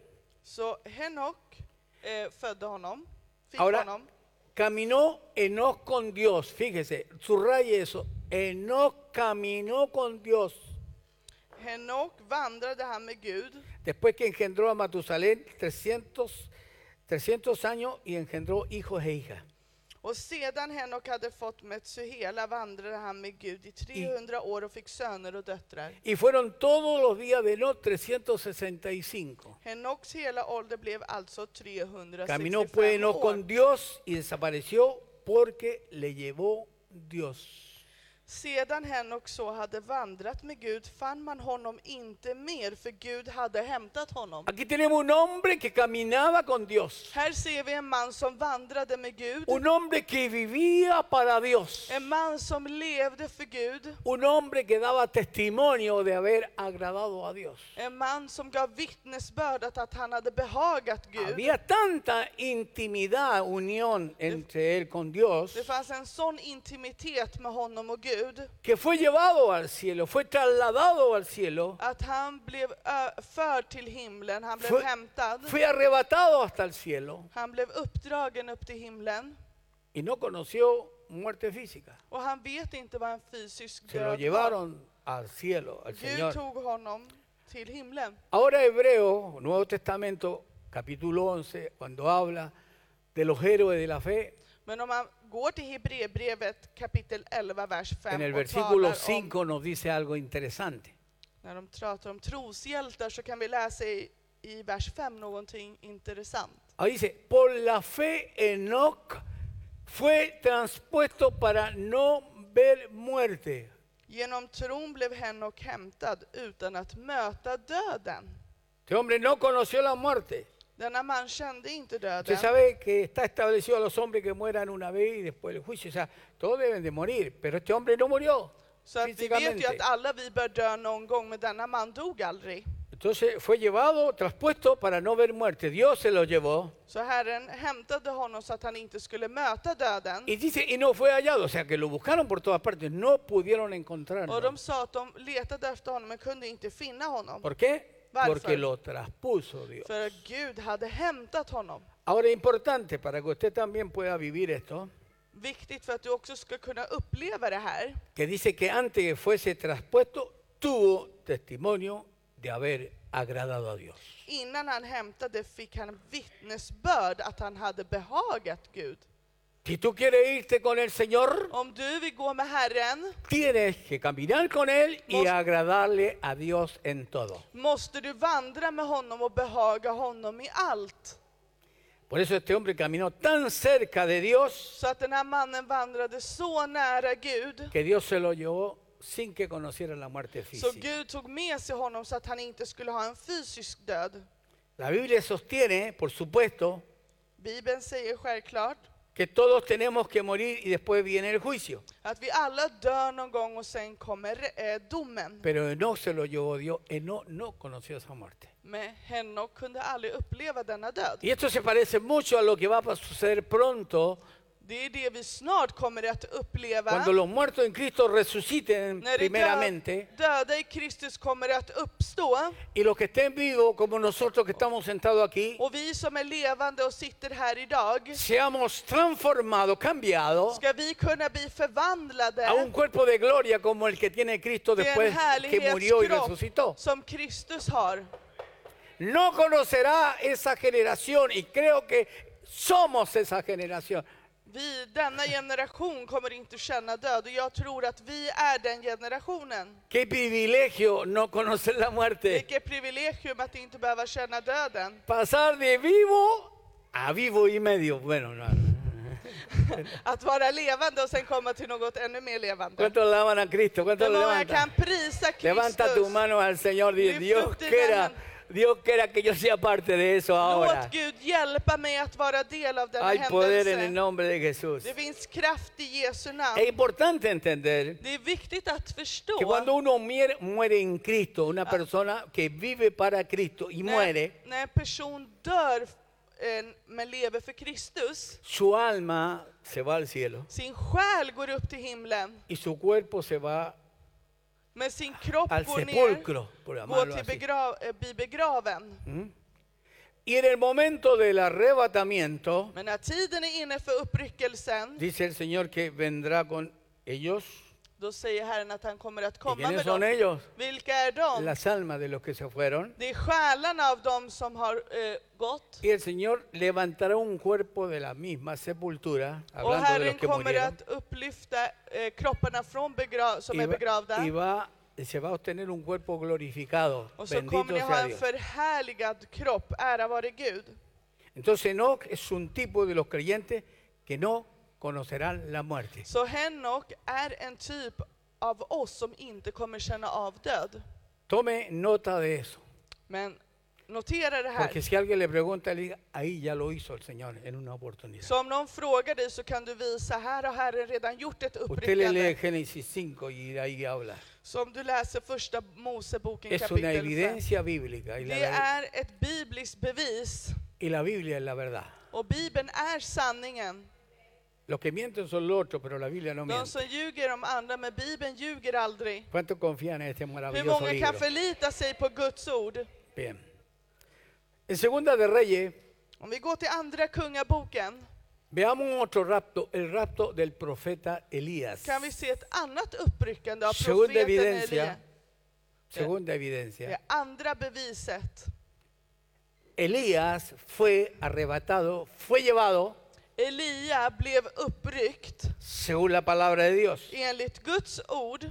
Så Henok eh, födde honom, fick
Ahora,
honom.
caminó Enoch con Dios. Fíjese, subraye eso. Enoch caminó con Dios.
Henok vandrade han med Gud.
Después que engendró a Matusalén 300, 300 años y engendró hijos e hijas.
Och sedan Henok hade fått Metsuhela vandrade han med Gud i 300 år och fick söner och döttrar.
Y fueron todos los días de Enoch 365.
Henoks hela ålder blev alltså 365
Caminó pues Enoch con
år.
Dios y desapareció porque le llevó Dios.
Sedan Henok så hade vandrat med Gud fann man honom inte mer, för Gud hade hämtat honom.
Aquí tenemos un hombre que caminaba con Dios.
Här ser vi en man som vandrade med Gud,
Un hombre que vivía para Dios.
en man som levde för Gud,
Un hombre que daba testimonio de haber agradado a Dios.
en man som gav vittnesbördet att han hade behagat Gud.
Había tanta intimidad, unión entre él con Dios,
Det fanns en sån intimitet med honom och Gud
que fue llevado al cielo, fue trasladado al cielo,
att han blev ö- förd till himlen, han blev
För-
hämtad,
fue arrebatado hasta el cielo
han blev uppdragen upp till himlen
y no conoció muerte física.
och han vet inte vad en fysisk
Se lo
död var.
llevaron al cielo, al
Gud
Señor.
tog honom till himlen.
Ahora Hebreo, Nuevo Testamento, capítulo 11, cuando habla de los héroes de la fe,
Men om man går till Hebreerbrevet kapitel 11, vers 5
en el
och
versículo
talar om,
5 nos dice algo interesante.
när de pratar om troshjältar så kan vi läsa i, i vers 5 någonting intressant.
Ahí dice, por la fe Enoch fue transpuesto para no ver muerte.
Genom tron blev Henok hämtad utan att möta döden.
Este hombre no conoció la muerte.
Denna man kände inte
Usted
döden.
sabe que está establecido a los hombres que mueran una vez y después el juicio. O sea, todos deben de morir, pero este hombre no murió
Så att vi vet ju
físicamente.
att alla vi bör dö någon gång, men denna man dog aldrig.
Entonces fue llevado, traspuesto para no ver muerte. Dios se lo llevó.
Så Herren hämtade honom så att han inte skulle möta döden.
Y dice, y no fue hallado, o sea que lo buscaron por todas partes, no pudieron encontrarlo.
Och de sa att de letade efter honom men kunde inte finna honom.
¿Por qué?
Varför?
Porque lo traspuso Dios.
För att Gud hade hämtat honom.
Ahora es importante para que usted también pueda vivir esto,
Viktigt för att du också ska kunna uppleva det här.
que dice que antes que fuese traspuesto, tuvo testimonio de haber agradado a Dios.
Innan han hämtade fick han vittnesbörd att han hade behagat Gud.
Si tú quieres irte con el Señor,
Om du vill gå med Herren
tienes que caminar con Él y
Mos-
agradarle a Dios en todo.
måste du vandra med honom och behaga honom i allt.
Por eso este hombre caminó tan cerca de Dios
Så att den här mannen vandrade så nära Gud.
que Dios se lo llevó sin que conociera la muerte
Så
física.
Gud tog med sig honom så att han inte skulle ha en fysisk död.
La Biblia sostiene, por supuesto,
Bibeln säger självklart
que todos tenemos que morir y después viene el juicio.
Att vi alla dör någon gång och sen kommer eh, domen.
Pero Enoch se lo llevó Dios, Enoch no conoció esa muerte.
Men Henok kunde aldrig uppleva denna död.
Y esto se parece mucho a lo que va a suceder pronto
Det är det vi snart kommer att uppleva.
cuando los muertos en Cristo resuciten
När de
primeramente
dö- döda i Kristus kommer att uppstå
y los que estén vivos, como nosotros que estamos sentados aquí,
och vi som är levande och sitter här idag
seamos transformados, cambiados
ska vi kunna bli
a un
förvandlade
cuerpo de gloria como el que tiene Cristo
till en
después que murió y resucitó.
härlighetskropp som Kristus har.
No conocerá esa generación y creo que somos esa generación.
Vi, denna generation, kommer inte känna död och jag tror att vi är den generationen.
Qué privilegio no conocer la muerte.
Vilket privilegium att inte behöva känna döden.
Pasar de vivo a vivo y medio. Bueno, no.
Att vara levande och sen komma till något ännu mer levande.
¿Cuántos alaban a Cristo? ¿Cuántos
Hur
lo
många
levantan?
kan prisa
Levanta
Kristus?
tu mano al Señor. Di,
Lift
Dios
up the
quiera,
hand.
Dios quiera que yo sea parte de eso ahora.
Låt Gud hjälpa mig att vara del av denna
Hay poder en el
händelse.
nombre de Jesús.
Det finns kraft i Jesu
Es
namn.
importante entender
Det är viktigt att
que
förstå
cuando uno muere, muere en Cristo,
Ah.
una persona que vive para Cristo y muere,
när, när en person dör eh, men lever för Kristus,
su alma se va al cielo
sin själ går upp till himlen,
y su cuerpo se va
men sin kropp
al
går ner,
sepulcro, por llamarlo
går till
así.
begra eh, blir begraven.
Y en el momento del arrebatamiento,
Men när tiden är inne för uppryckelsen,
dice el Señor que vendrá con ellos.
då säger Herren att han kommer att
¿Y
komma
quiénes
med
son
dem.
ellos?
Vilka är de?
Las almas de los que se fueron.
Det är själarna av dem som har eh, gått.
Y el Señor levantará un cuerpo de la misma sepultura,
Och
hablando de los
Herren
que
kommer
murieron,
att upplyfta eh, kropparna från begra- som
y
är
va-
begravda.
y va- y se va a obtener un cuerpo glorificado.
Och så kommer
Bendito
ni ha
sea
en
Dios.
förhärligad kropp, ära vare Gud.
Entonces Enoch es un tipo de los creyentes que no conocerán la muerte.
Så Henok är en typ av oss som inte kommer känna av död.
Tome nota de eso.
Men notera det
Porque
här.
si alguien le pregunta, le diga, ahí ya lo hizo el Señor en una oportunidad.
Så om någon frågar dig så kan du visa, här har Herren redan gjort ett
Usted le lee
uppryckande.
Génesis 5 y ahí habla.
Så om du läser första Moseboken
Es una
kapitel 5.
evidencia bíblica y la,
Det är ett bibliskt bevis.
y la Biblia es la verdad.
Och Bibeln är sanningen.
Los que mienten son los otros, pero la Biblia no
De
miente.
som ljuger om andra, men Bibeln ljuger aldrig.
¿Cuántos confían en este
Hur
maravilloso
många
libro?
kan förlita sig på Guds ord?
Bien. En Segunda de Reyes,
Om vi går till andra kungaboken
veamos otro rapto, el rapto del profeta Elías.
kan vi se ett annat uppryckande av
Segunda
profeten
evidencia.
Elia.
Segunda
Det
evidencia.
andra beviset.
Elías fue arrebatado, fue llevado,
Elia blev uppryckt
según la palabra de Dios.
enligt Guds ord.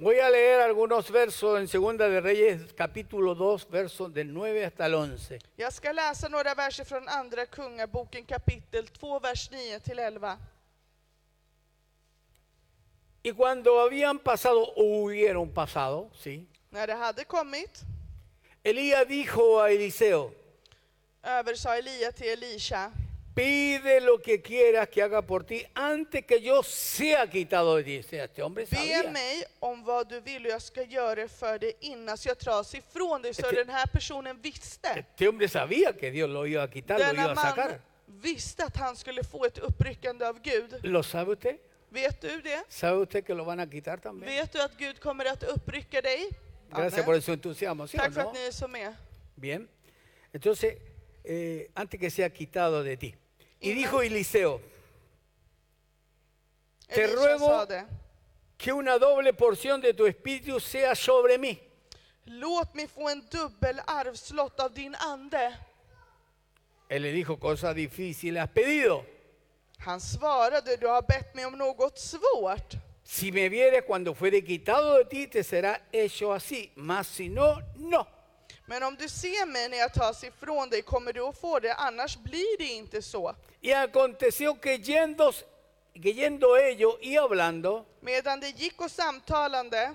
Voy a leer algunos versos en Segunda de Reyes, capítulo 2, versos del 9 hasta el 11.
Jag ska läsa några verser från andra kungaboken kapitel 2, vers 9 till 11.
Y cuando habían pasado, o hubieron pasado, ¿sí?
När det hade kommit
Elías dijo a Eliseo,
översade Elia till Elisha.
pide lo que quieras que haga por ti antes que yo sea quitado de ti. O sea, este hombre
Be
sabía.
mig om vad du vill och jag ska göra det för dig innan så jag dras ifrån dig. Så
Este-
den här personen visste.
Este hombre sabía que Dios lo iba a quitar, lo iba
Denna
a
man
sacar.
visste att han skulle få ett uppryckande av Gud.
¿Lo sabe usted?
Vet du det?
¿Sabe usted que lo van a quitar también?
Vet du att Gud kommer att upprycka dig?
Gracias
Amen.
por su entusiasmo, ¿sí o
Tack för
no?
att ni är så med.
Bien. Entonces, eh, antes que sea quitado de ti. Y
Y no-
dijo Eliseo Te
Elisha
ruego-
sa det.
que una doble porción de tu espíritu sea sobre mí.
Låt mig få en dubbel arvslott av din ande.
Él le dijo, cosa difícil has pedido.
Han svarade, du har bett mig om något svårt.
Si me vieres cuando fuere quitado de ti, te será hecho así. Mas si no, no.
Men om du ser mig när jag tas ifrån dig kommer du att få det, annars blir det inte så.
Y aconteció que yendo, que yendo ellos y hablando,
Medan det gick och samtalande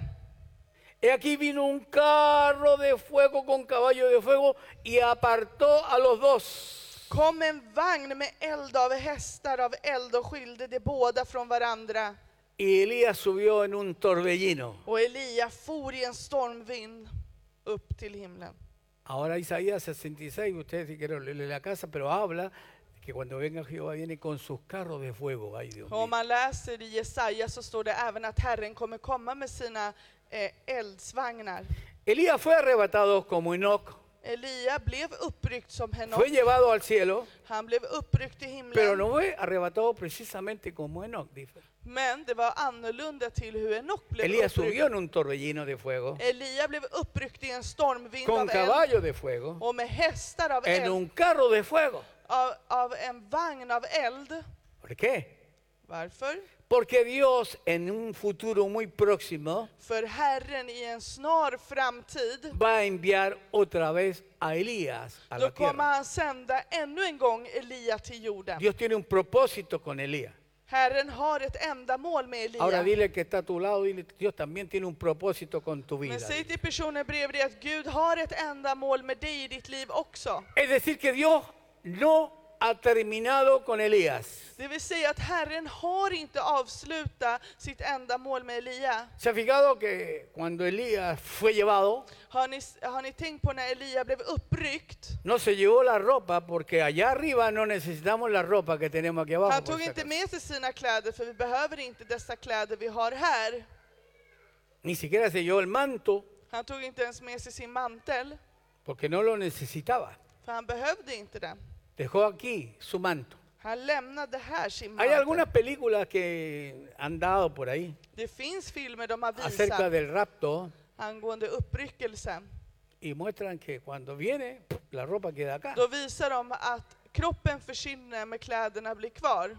he aquí vino un carro de fuego con caballo de fuego y apartó a los dos.
kom en vagn med eld av hästar av eld och skilde de båda från varandra.
Y Elías subió en un torbellino.
Och Elia for i en stormvind upp till himlen.
Ahora Isaías 66, ustedes si quieren leerle la casa, pero habla que cuando venga Jehová viene con sus carros de fuego. Ay, Dios
Och
mío.
om man läser i Jesaja så står det även att Herren kommer komma med sina eh, eldsvagnar.
Elías fue arrebatado como Enoch,
Elia blev uppryckt som
fue
Henok.
llevado al cielo,
Han blev uppryckt till
pero
himlen.
no fue arrebatado precisamente como Enoch. dice.
Men det var annorlunda till hur Henok blev
Elías
uppryckt.
subió en un torbellino de fuego,
Elia blev uppryckt i en stormvind
con
av eld
caballo de fuego,
och med hästar av
en
eld,
un carro de fuego.
av, av en vagn av eld.
¿Por qué?
Varför?
Porque Dios en un futuro muy próximo
För Herren i en snar framtid,
va a enviar otra vez a Elías a
då
la
kommer
tierra.
han sända ännu en gång Elia till jorden.
Dios tiene un propósito con Elías.
Herren har ett ändamål med
Ahora
Elia.
dile al que está a tu lado, dile, Dios también tiene un propósito con tu vida.
Men säg till personen bredvid dig att Gud har ett ändamål med dig i ditt liv också.
Es decir, que Dios no ha terminado con Elías.
Det vill säga att Herren har inte avslutat sitt ändamål med Elia.
¿Se ha fijado que cuando Elías fue llevado,
Har ni, har ni tänkt på när Elia blev uppryckt?
no se llevó la ropa porque allá arriba no necesitamos la ropa que tenemos aquí abajo?
Han
por
tog
si
inte
acaso.
med sig sina kläder för vi behöver inte dessa kläder vi har här.
Ni siquiera se llevó el manto
Han tog inte ens med sig sin mantel
porque no lo necesitaba.
för han behövde inte den.
Dejó aquí su manto.
Han lämnade här sin
Hay
mantel.
algunas películas que han dado por ahí
Det finns filmer de har
acerca
visat
del rapto
angående uppryckelsen.
y muestran que cuando viene, la ropa queda acá.
Då visar de att kroppen försvinner men kläderna blir kvar.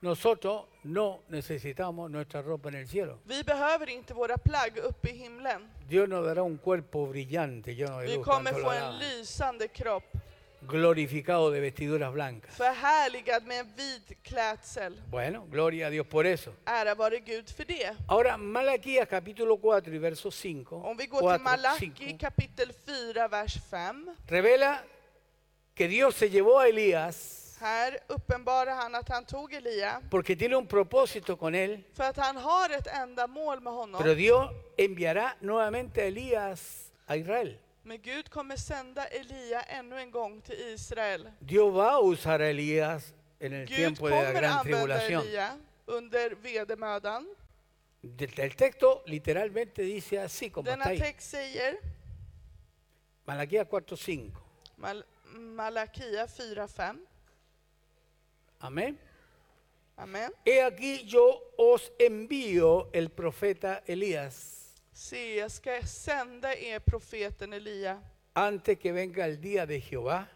Nosotros no necesitamos nuestra ropa en el cielo.
Vi behöver inte våra plagg uppe i himlen.
Dios nos dará un cuerpo brillante, lleno de
Vi
luz,
kommer
tanto lo
få en
alaba.
lysande kropp,
glorificado de vestiduras blancas.
förhärligad med en vit klädsel.
Bueno, gloria a Dios por eso.
Ära vare Gud för det.
Ahora, Malaquías capítulo 4 y verso 5,
Om vi går till
4,
Malaki
5,
kapitel 4, vers 5.
revela que Dios se llevå a Elías
Här uppenbarar han att han tog Elia
porque tiene un propósito con él
för att han har ett enda mål med
Pero
honom.
Dios enviará nuevamente a Elías a Israel.
Men Gud kommer sända Elia ännu en gång till Israel.
Dios va a usar a Elías en el
Gud
tiempo de la
kommer
gran
använda
tribulación.
Elia under vedermödan.
Del- El texto literalmente dice así como
Denna
está ahí.
text säger
Malaquías 4:5.
Mal Malakia 4.5.
Amén.
Amen.
He aquí yo os envío el profeta Elías
Se, jag ska sända er profeten Elia
antes que venga el día de Jehová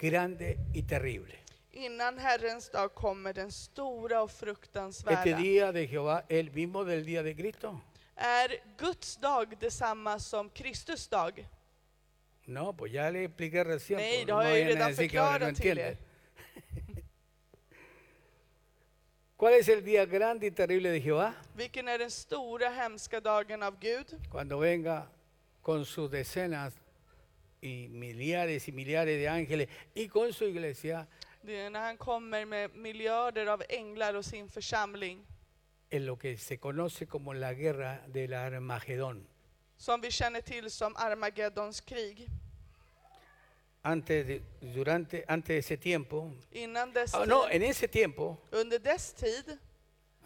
grande y terrible.
innan Herrens dag kommer, den stora och
Este
fruktansvärda.
día de Jehová, el mismo del día de Cristo.
Är Guds dag detsamma som Kristus dag?
No, pues ya le expliqué recién.
Nej,
pues,
det
no
har jag ju
vayan a
redan
decir que ahora no
förklarat till
entienden.
er.
¿Cuál es el día grande y terrible de Jehová?
Vilken är den stora hemska dagen av Gud?
Cuando venga con sus decenas y millares y millares de ángeles y con su iglesia
Det är när han kommer med miljarder av änglar och sin församling,
en lo que se conoce como la guerra del Armagedón.
som vi känner till som Armageddons krig.
Antes de, durante, antes de ese tiempo,
Innan dess
ah, no,
tid,
en ese tiempo,
under dess tid,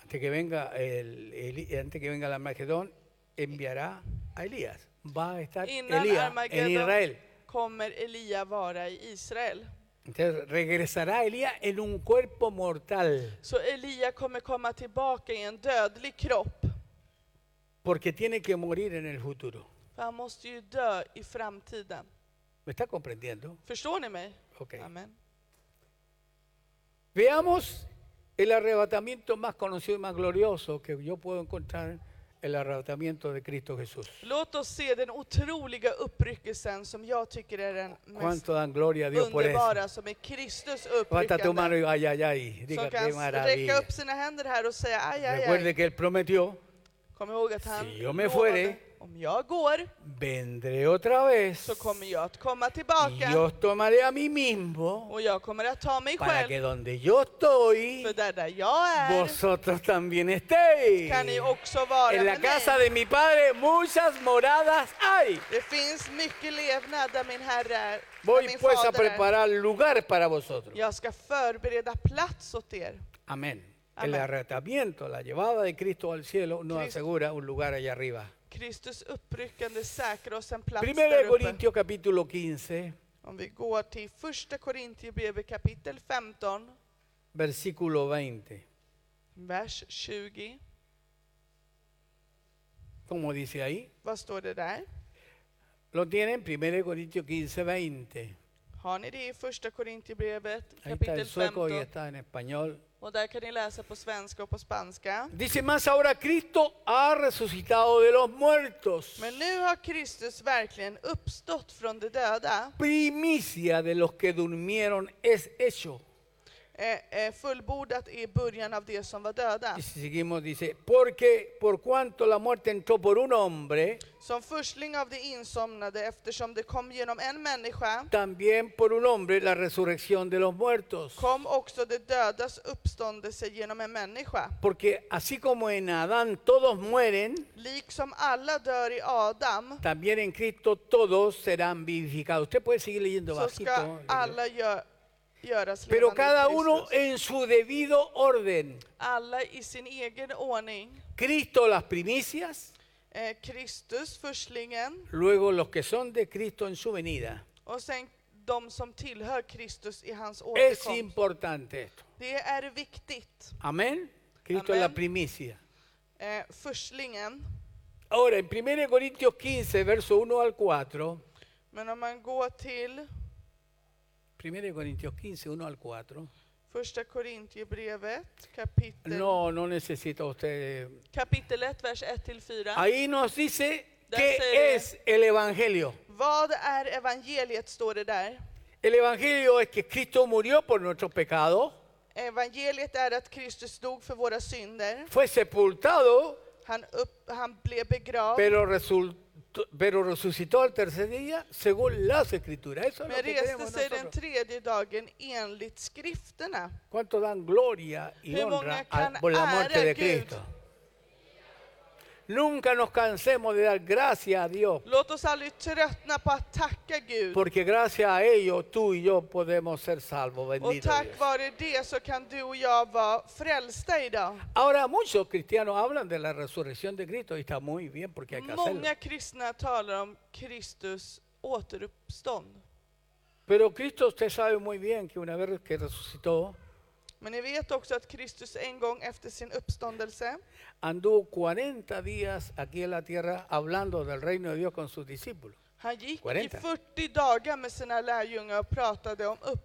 antes que venga el, Eli- antes que venga el Armagedón, enviará a Elías. Va a estar
Innan
Elías en
Armageddon.
Israel.
kommer Elia vara i Israel.
Entonces regresará Elías en un cuerpo mortal,
Så Elia kommer komma tillbaka i en dödlig kropp,
porque tiene que morir en el futuro.
för han måste ju dö i framtiden.
¿Me está comprendiendo?
Förstår ni mig?
Ok.
Amen.
Veamos el arrebatamiento más conocido y más glorioso que yo puedo encontrar, el arrebatamiento de Cristo Jesús.
Låt oss se den otroliga uppryckelsen som jag tycker är den mest
¿Cuánto dan gloria a Dios por eso?
underbara, som är Kristus
Levanta tu mano
uppryckande.
y ay, ay, ay. Diga qué
Som kan räcka
maravilla.
upp sina händer här och säga aj, aj,
Recuerde
aj.
que Él prometió
Kom ihåg att han
Si yo me fuere,
lovade, om jag går
vendré otra vez
så kommer jag att komma
y
tillbaka
yo os tomaré a mí mismo
och jag kommer att ta mig
para que
själv.
donde yo estoy,
För där, där jag är
vosotros también estéis.
kan ni också vara
En la
med
casa
mig.
de mi padre muchas moradas hay.
Det finns mycket levnad där min herre är, där
Voy
min
pues a
fader är.
preparar lugar para vosotros.
Jag ska förbereda plats åt er.
Amén. El
Amén.
arrebatamiento, la llevada de Cristo al cielo nos
Cristo.
asegura un lugar allá arriba.
Kristus uppryckande säkrar oss en plats
Primero de
där uppe.
Corintios capítulo 15,
Om vi går till första Korintierbrevet kapitel 15,
versículo 20.
vers 20.
¿Cómo dice ahí?
Vad står det där?
Lo tienen, Primero de Corintios 15, 20.
Har ni det i första Korintierbrevet
Ahí está en
kapitel
sueco y
15?
está en español.
Och där kan ni läsa på svenska och på spanska.
Dice más ahora Cristo ha resucitado de los muertos,
Men nu har Kristus verkligen uppstått från de döda.
primicia de los que durmieron es hecho.
Eh, eh, fullbordat i början av det som var döda.
Y si seguimos dice, porque por cuanto la muerte entró por un hombre,
Som förstling av det insomnade eftersom det kom genom en människa
también por un hombre la resurrección de los muertos.
kom också det dödas uppståndelse genom en människa.
Porque así como en Adán todos mueren,
Liksom alla dör i Adam
también en Cristo todos serán vivificados. Usted puede seguir leyendo
så
bajito.
ska alla gö göras
Pero
levande i
cada uno
Kristus.
en su debido orden.
Alla i sin egen ordning.
Cristo las primicias,
Eh, Kristus, förstlingen,
luego los que son de Cristo en su venida.
och sen de som tillhör Kristus i hans
Es
återkomst.
importante esto.
Det är viktigt.
Amén. Cristo es
Amén.
la primicia.
Eh, förstlingen.
Ahora, en 1 Corintios 15, verso 1 al 4,
Men om man går till
1 Corintios 15, 1 al 4,
första Korintierbrevet kapitel,
no, no necesita usted.
kapitel 1, vers 1-4.
Ahí nos dice
Ah. Ya
qué
sé.
es el Evangelio.
Vad är evangeliet, står det där.
El Evangelio es que Cristo murió por nuestros pecados,
Evangeliet är att Kristus dog för våra synder.
fue sepultado,
Han, upp, han blev begravd,
pero resultó- Pero resucitó al tercer día según las escrituras. Eso es lo que
men reste
tenemos
sig den
nosotros.
tredje dagen enligt skrifterna.
¿Cuánto dan gloria y
Hur
honra
många
a-
kan
por la muerte
ära
de
Gud?
Cristo? Nunca nos cansemos de dar gracias a Dios
Låt oss aldrig tröttna på att tacka Gud.
Porque gracias a ellos tú y yo podemos ser salvos,
Och
bendito
tack
Dios.
vare det så kan du och jag vara frälsta idag.
Ahora muchos cristianos hablan de la resurrección de Cristo y está muy bien porque hay que hacerlo.
Många kristna talar om Kristus återuppstånd.
Pero Cristo usted sabe muy bien que una vez que resucitó,
Men ni vet också att Kristus en gång efter sin uppståndelse
anduvo 40 días aquí en la tierra hablando del reino de Dios con sus discípulos.
Han gick
40.
i 40 dagar med sina lärjungar och pratade om upp.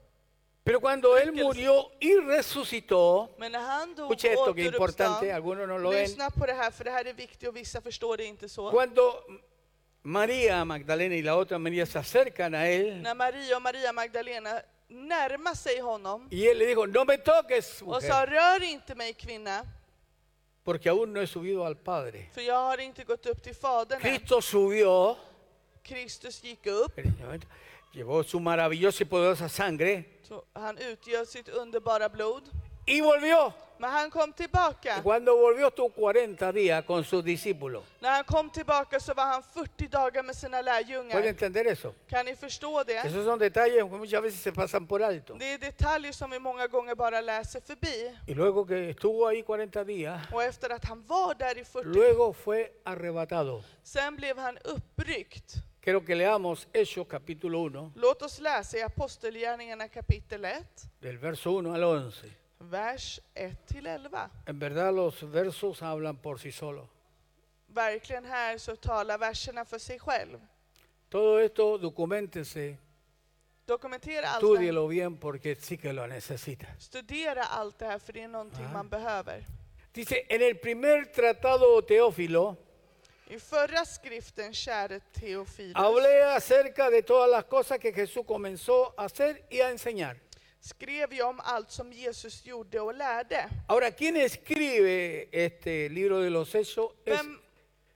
Pero cuando Él
Fíjese.
murió y resucitó,
Men när han dog
escuche esto que es importante,
återuppstånd,
algunos no lo ven,
lyssna på det här för det här är viktigt och vissa förstår det inte så.
cuando María Magdalena y la otra María se acercan a Él
När Maria och Maria Magdalena närmar sig honom
y Él le dijo, no me toques,
och
mujer.
sa rör inte mig kvinna,
porque aún no he subido al Padre.
för jag har inte gått upp till Fadern än.
Cristo subió,
Kristus gick upp,
llevó su maravillosa y poderosa sangre
så han utgöt sitt underbara blod.
y volvió.
Men han kom
Y
tillbaka.
Cuando volvió estuvo 40 días con sus discípulos.
När han kom tillbaka så var han 40 dagar med sina
¿Puede
lärjungar.
entender eso?
Kan ni förstå det?
Esos son detalles que muchas veces se pasan por alto.
Det är detaljer som vi många gånger bara läser förbi.
Y luego que estuvo ahí 40 días,
Och efter att han var där i 40,
luego fue arrebatado.
sen blev han uppryckt.
Quiero que leamos Hechos capítulo 1,
Låt oss läsa i Apostelgärningarna kapitel 1,
del verso 1 al 11.
vers 1-11.
En verdad los versos hablan por sí solos.
Verkligen här så talar verserna för sig själv.
Todo esto documentense
Dokumentera allt det här.
Estúdielo bien porque sí que lo necesitas.
Studera allt det här för det är någonting man behöver.
Dice, en el primer tratado Teófilo,
I förra skriften, käre Teofilus,
hablé acerca de todas las cosas que Jesús comenzó a hacer y a enseñar.
skrev jag om allt som Jesus gjorde och lärde.
Ahora, quien escribe este libro de los hechos es
Vem-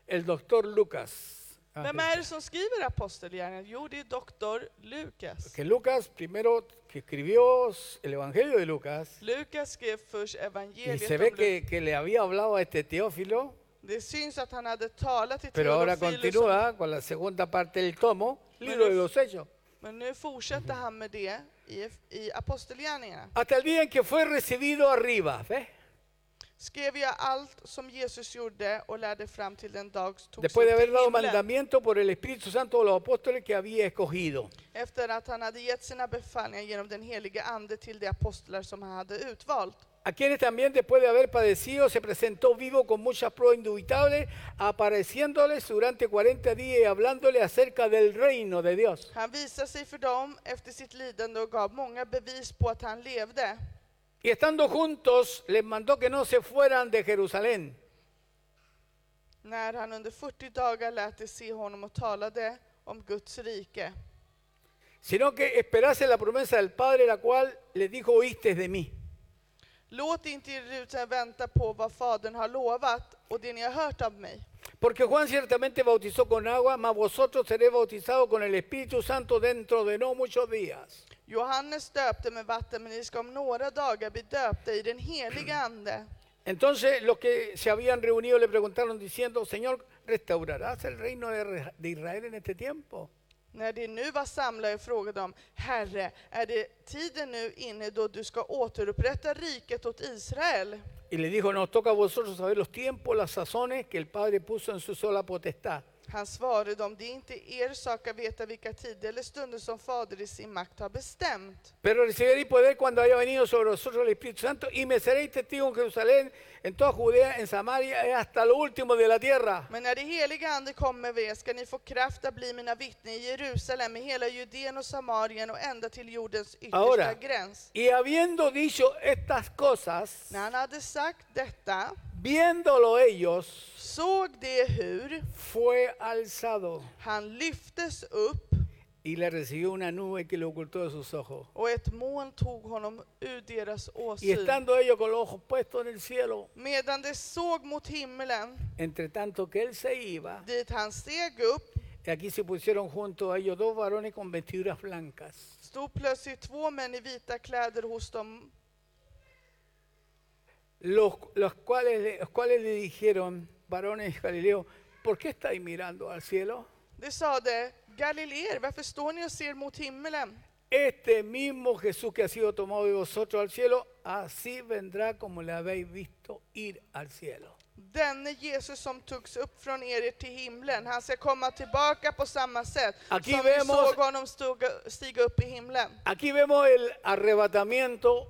el doctor Lucas. Ah,
Vem är det som skriver apostelgärningarna? Jo, det är doktor Lukas.
Que Lucas primero que escribió el Evangelio de Lucas
Lukas skrev först
y
evangeliet
se
om
ve
Lukas.
que, que le había hablado a este Teófilo,
Det syns att han hade talat till
pero ahora
Teodofilus,
continúa con la segunda parte del tomo, libro
Pero-
de los hechos.
men nu fortsätter han med det i, i apostelgärningarna.
Hasta el día en que fue recibido arriba, ¿ves?
Skrev jag allt som Jesus gjorde och lärde fram till den dag tog
Después de
sig
haber
till
dado
himlen.
mandamiento por el Espíritu Santo a los apóstoles que había escogido.
Efter att han hade gett sina befallningar genom den helige ande till de apostlar som han hade utvalt.
a quienes también después de haber padecido se presentó vivo con muchas pruebas indubitables, apareciéndoles durante 40 días y hablándole acerca del reino de Dios.
Han visade sig för dem efter sitt lidande och gav många bevis på att han levde.
Y estando juntos les mandó que no se fueran de Jerusalén,
När han under 40 dagar lät det se honom och talade om Guds rike.
sino que esperase la promesa del Padre, la cual les dijo, oíste de mí.
Låt inte Jerusalem vänta på vad Fadern har lovat och det ni har hört av mig.
Porque Juan ciertamente bautizó con agua, mas vosotros seréis bautizados con el Espíritu Santo dentro de no muchos días.
Johannes döpte med vatten, men ni ska om några dagar bli döpta i den heliga Ande.
Entonces los que se habían reunido le preguntaron diciendo, Señor, ¿restaurarás el reino de de Israel en este tiempo?
När de nu var samlade frågade de, Herre, är det tiden nu inne då du ska återupprätta riket åt Israel?
Y le dijo, nos toca a vosotros saber los tiempos, las sazones que el Padre puso en su sola potestad.
Han svarade dem, det är inte er sak att veta vilka tider eller stunder som Fader i sin makt har bestämt.
Pero recibiréis poder cuando haya venido sobre vosotros el Espíritu Santo y me seréis testigo en Jerusalén, en toda Judea, en Samaria y hasta lo último de la tierra.
Men när det heliga Ande kommer över er ska ni få kraft att bli mina vittnen i Jerusalem, i hela Judeen och Samarien och ända till jordens yttersta
Ahora.
gräns.
Y habiendo dicho estas cosas,
När han hade sagt detta
viéndolo ellos,
såg de hur
fue alzado
han lyftes upp
y le recibió una nube que le ocultó de sus ojos.
och ett moln tog honom ur deras
Y
åsyn.
estando ellos con los ojos puestos en el cielo,
Medan de såg mot himmelen
entre tanto que él se iba,
dit han steg upp
Y aquí se pusieron junto a ellos dos varones con vestiduras blancas.
stod plötsligt två män i vita kläder hos dem
Los, los cuales, los cuales le dijeron, varones Galileo, ¿por qué estáis mirando al cielo?
De sade, Galileer, varför står ni och ser mot himmelen?
Este mismo Jesús que ha sido tomado de vosotros al cielo, así vendrá como le habéis visto ir al cielo.
Denne Jesus som togs upp från er till himlen, han ska komma tillbaka på samma sätt
Aquí
som vi
vemos-
såg honom stuga, stiga upp i himlen.
Aquí vemos el arrebatamiento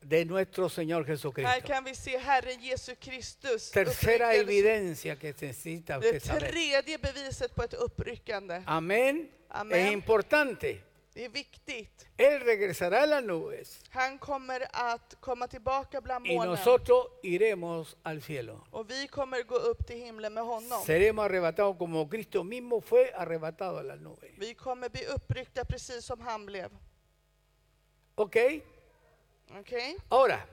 de nuestro Señor
Här
Jesucristo.
kan vi se Herren Jesus Kristus.
Tercera
uppryckande.
evidencia que necesita
Det
usted saber.
tredje beviset på ett uppryckande.
Ah. Amén.
Amén.
Es importante.
Det är viktigt.
Él regresará a las nubes.
Han kommer att komma tillbaka bland
y
molnen
nosotros iremos al cielo.
och vi kommer gå upp till himlen med honom.
Seremos arrebatados como Cristo mismo fue arrebatado a las nubes.
Vi kommer bli uppryckta precis som han blev.
¿Ok?
Okej?
Ahora,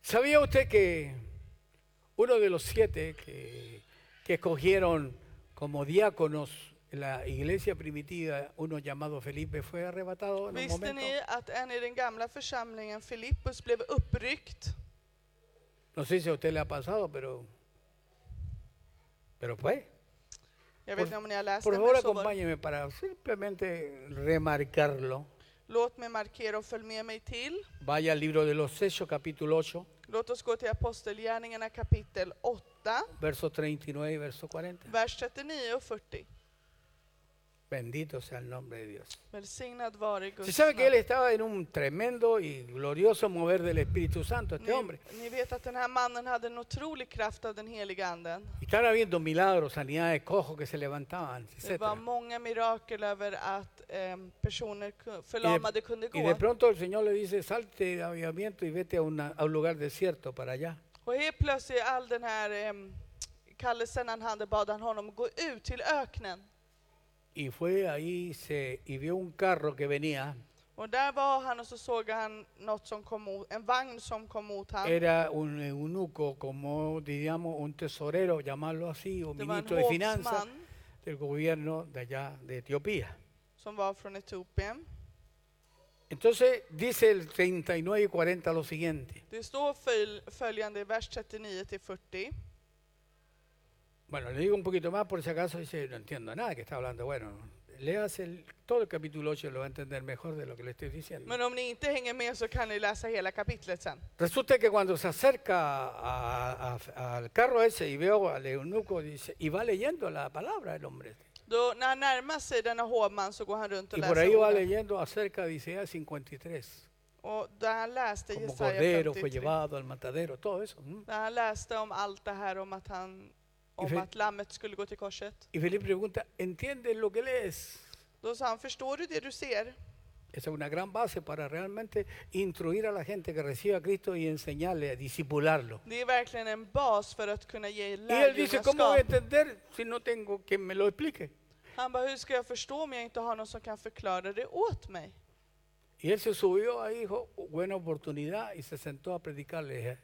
¿sabía usted que uno de los siete que, que escogieron como diáconos en la iglesia primitiva, uno llamado Felipe, fue arrebatado en un
Visste
momento?
ni att en i den gamla församlingen, Filippus, blev uppryckt?
No sé si a usted le ha pasado, pero... Pero pues... Por-
Jag vet inte om ni har läst
Por
det,
favor,
men så var det.
acompáñeme para simplemente remarcarlo.
Låt mig markera och följ med mig till.
Vaya al libro de los Hechos, capítulo 8,
Låt oss gå till Apostelgärningarna kapitel 8,
versos 39 y verso 40.
vers 39 och 40.
Bendito sea el nombre de Dios.
Välsignad vare
Se
Guds
sabe que él
namn.
estaba en un tremendo y glorioso mover del Espíritu Santo, este
Ni,
hombre.
ni vet att den här mannen hade en otrolig kraft av den heliga anden.
Y están habiendo milagros, sanidades, cojos que se levantaban,
Det
etc.
var många mirakel över att ehm, personer ku- förlamade kunde
Y de
gå.
pronto el Señor le dice, salte de avivamiento y vete a, una- a un lugar desierto para allá.
Och helt plötsligt all den här ehm, kallelsen han hade bad han honom gå ut till öknen.
y fue ahí se, y vio un carro que venía.
Och där var han och så såg han något som kom mot, en vagn som kom mot han.
Era un eunuco, como diríamos, un tesorero, llamarlo así, un
Det var en
ministro de finanzas
hovsman
del gobierno de allá de Etiopía.
som var från Etiopien.
Entonces dice el 39 y 40 lo siguiente.
Det står föl- följande i vers 39 till 40.
Bueno, le digo un poquito más por si acaso dice, no entiendo nada que está hablando. Bueno, leas el, todo el capítulo 8 lo va a entender mejor de lo que le estoy diciendo.
Men om ni inte hänger med så kan ni läsa hela kapitlet sen.
Resulta que cuando se acerca a- a- al carro ese y veo al eunuco, dice, y va leyendo la palabra el hombre. este.
Då, när han närmar sig denna hovman så går han runt och
Y por
läser
ahí va
orden.
leyendo acerca "Ah, de Isaías 53.
Och där han läste
Como
Jesaja
cordero fue
53.
llevado al matadero, todo eso. ¿no?
När han läste om allt det här om att, han, om
Ifall-
att lammet skulle gå till korset.
Y Felipe pregunta, ¿entiendes lo que lees?
Då sa han, förstår du det du ser?
Esa es una gran base para realmente instruir a la gente que recibe a Cristo y enseñarle, a disipularlo.
Det är verkligen en bas för att kunna ge
Y él dice, ¿cómo voy a
lärjungaskap.
entender si no tengo quien me lo explique?
Han bara, hur ska jag förstå om jag inte har någon som kan förklara det åt mig?
Y él se subió ahí, dijo, buena oportunidad, y se sentó a predicarle.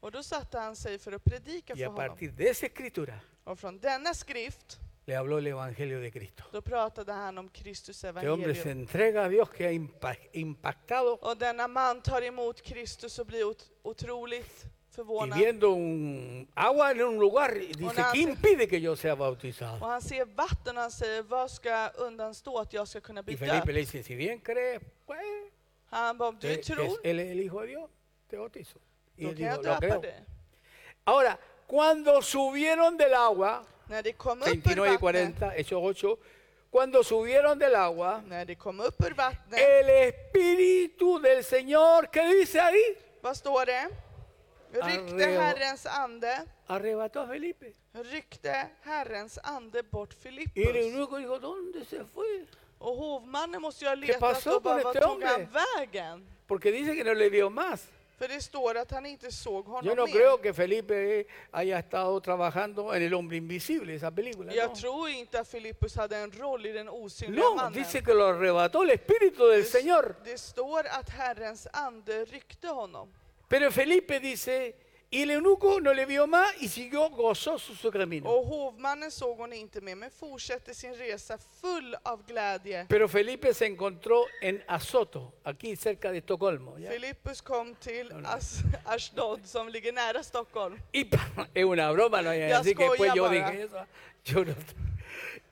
Och då satte han sig för att predika
Y
för
a
honom.
partir de esa escritura
Och från denna skrift,
le habló el Evangelio de Cristo.
då pratade han om Kristus
Este hombre
evangelium.
se entrega a Dios que ha impa- impactado
Och denna man tar emot Kristus och blir ot- otroligt
y
förvånad.
viendo un agua en un lugar y dice,
Una-
¿quién impide que yo sea
Och
bautizado?
han ser vatten och han säger, vad ska undanstå att jag ska kunna bli
Y Felipe
döpt?
le dice, si bien crees, pues,
Han bara, om du
eh, que es-
tror,
él es el Hijo de Dios, te bautizo. Y
då
él
kan
dijo,
jag
lo
döpa
creo.
dig.
Ahora, cuando subieron del agua,
När det kom upp ur
39 y
vattnet,
40, Hechos 8, cuando subieron del agua,
när det kom upp ur vattnet,
el Espíritu del Señor, ¿qué dice ahí?
vad står det? Ryckte
Arreo-
Herrens ande,
Arrebató a Felipe.
ryckte Herrens ande bort
Y el
Filippus.
eunuco dijo, ¿dónde se fue?
Och hovmannen måste ju ha letat
pasó
och bara,
con
vart
este
tog han
hombre?
vägen?
Porque dice que no le vio más.
För det står att han inte såg honom
Yo no
mer.
creo que Felipe haya estado trabajando en El Hombre Invisible, esa película.
Jag
no.
tror inte att Filippus hade en roll i den osynliga
No,
mannen.
dice que lo arrebató el Espíritu del
Det s-
Señor.
Det står att Herrens ande ryckte honom.
Pero Felipe dice, y el eunuco no le vio más y siguió gozoso su camino.
Och hovmannen såg hon inte mer, men fortsatte sin resa full av glädje.
Pero Felipe se encontró en Azoto, aquí cerca de Estocolmo. ¿ya?
Filippus kom till As- Ashdod som ligger nära Stockholm.
Y pa- es una broma, no
Ya
así que después
escoya
yo
para.
dije eso. yo no-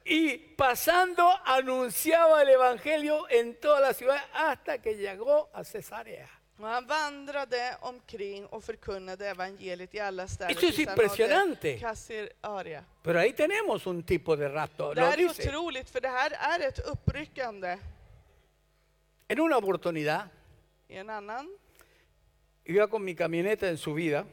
Y pasando anunciaba el evangelio en toda la ciudad hasta que llegó a Cesarea.
Och han vandrade omkring och förkunnade evangeliet i alla städer.
Esto
tills
es
han nådde
impresionante.
Kassir-Aria.
Pero ahí tenemos un tipo de rapto.
Det
Lo
här är
dice.
otroligt, för det här är ett uppryckande.
En una oportunidad,
I en annan,
iba con mi camioneta en subida,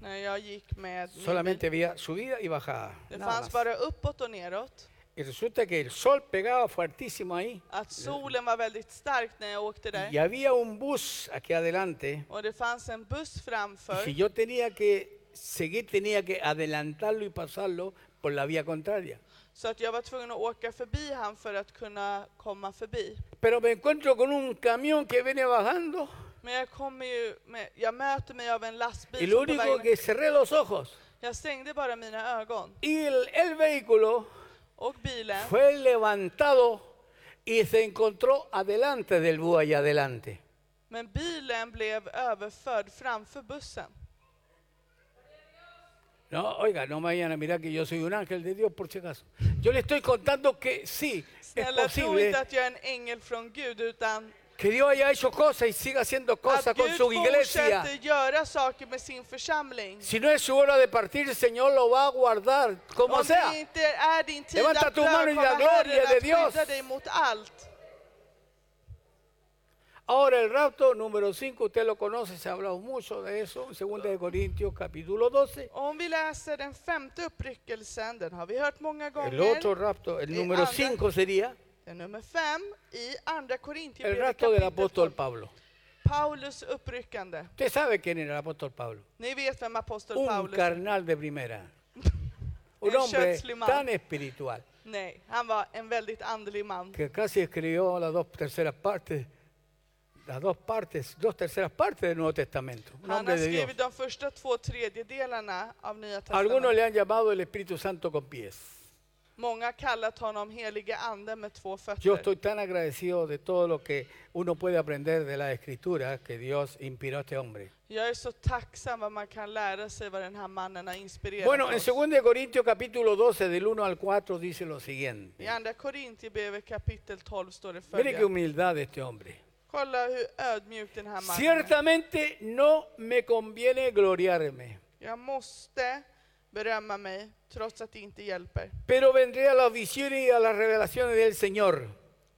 när jag gick med min bil,
solamente había subida y bajada.
Det
nada
fanns
más.
bara uppåt och neråt.
Y resulta que el sol pegaba fuertísimo ahí.
Att solen var väldigt stark när jag åkte
Y
där.
había un bus aquí adelante.
Och det fanns en buss
Y si
framför.
yo tenía que seguir, tenía que adelantarlo y pasarlo por la vía contraria.
Så att jag var tvungen att åka förbi han för att kunna komma förbi.
Pero me encuentro con un camión que viene bajando
Men jag kommer ju, med, jag möter mig av en
y
lastbil
lo
som på
único
vägen.
que cerré los ojos
Jag stängde bara mina ögon.
y el, el vehículo
Och bilen,
fue levantado y se encontró adelante del búho allá adelante.
men bilen blev överförd framför bussen.
No, oiga, no me vayan a mirar que yo soy un ángel de Dios por si acaso. Yo le estoy contando que sí, es
Snälla tro
posible
inte att jag är en ängel från Gud utan
que Dios haya hecho cosas y siga haciendo cosas
att
con
Gud
su iglesia.
fortsätter göra saker med sin församling.
Si no es su hora de partir, el Señor lo va a guardar como
Om
sea.
det inte är din tid
Levanta
att
tu
dö,
mano y
kommer
la gloria
Herren
de
att
Dios.
skydda dig mot allt.
Ahora el rapto número 5, usted lo conoce, se ha hablado mucho de eso, en 2 de Corintios capítulo 12.
Och Om vi läser den femte uppryckelsen, den har vi hört många
El
gånger.
otro rapto, el
Eh,
número
anda.
5 sería
Den nummer fem i andra Korintierbrevet
el rapto del
kapitel
apóstol
12.
Pablo.
Paulus uppryckande.
Usted sabe quién era el apóstol Pablo.
Ni vet vem apostel
Un
Paulus är.
carnal de primera. Un
El
hombre
Schatzliman.
tan espiritual.
Nej, han var en väldigt andlig man.
que casi escribió las dos terceras partes, las dos partes, dos terceras partes del Nuevo Testamento. Un
Han
hombre
har
de Dios.
skrivit de första två tredjedelarna av Nya
Algunos
Testamentet.
le han llamado el Espíritu Santo con pies.
Många har kallat honom helige ande med två
Yo
fötter.
estoy tan agradecido de todo lo que uno puede aprender de las escrituras que Dios inspiró a este hombre.
Jag är så tacksam vad man kan lära sig vad den här mannen har inspirerat
Bueno, en
oss.
2 Corintios capítulo 12, del 1 al 4, dice lo
I
siguiente.
Andra Korintierbrevet kapitel 12 står det
Mire qué
följande.
humildad de este hombre.
Kolla hur ödmjuk den här mannen är.
Ciertamente no me conviene gloriarme,
Jag måste berömma mig trots att det inte hjälper.
pero vendré a las visiones y a las revelaciones del Señor.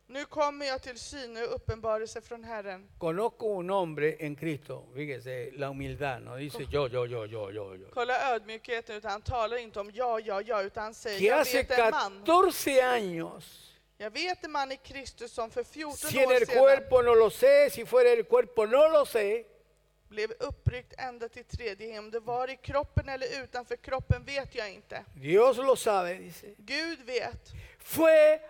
Nu kommer jag till syne och uppenbarelse från Herren.
Conozco un hombre en Cristo, fíjese, la humildad, no dice yo, yo, yo, yo, yo, yo.
Kolla ödmjukheten, utan han talar inte om ja, ja, ja, utan han säger
Que
jag
hace
vet en man.
14 años
Jag vet en man i Kristus som för 14
Si en
år
el
sedan
cuerpo no lo sé, si fuera el cuerpo no lo sé,
blev uppryckt ända till tredje hem. Om det var i kroppen eller utanför kroppen vet jag inte.
Dios lo sabe, dice.
Gud vet.
Fue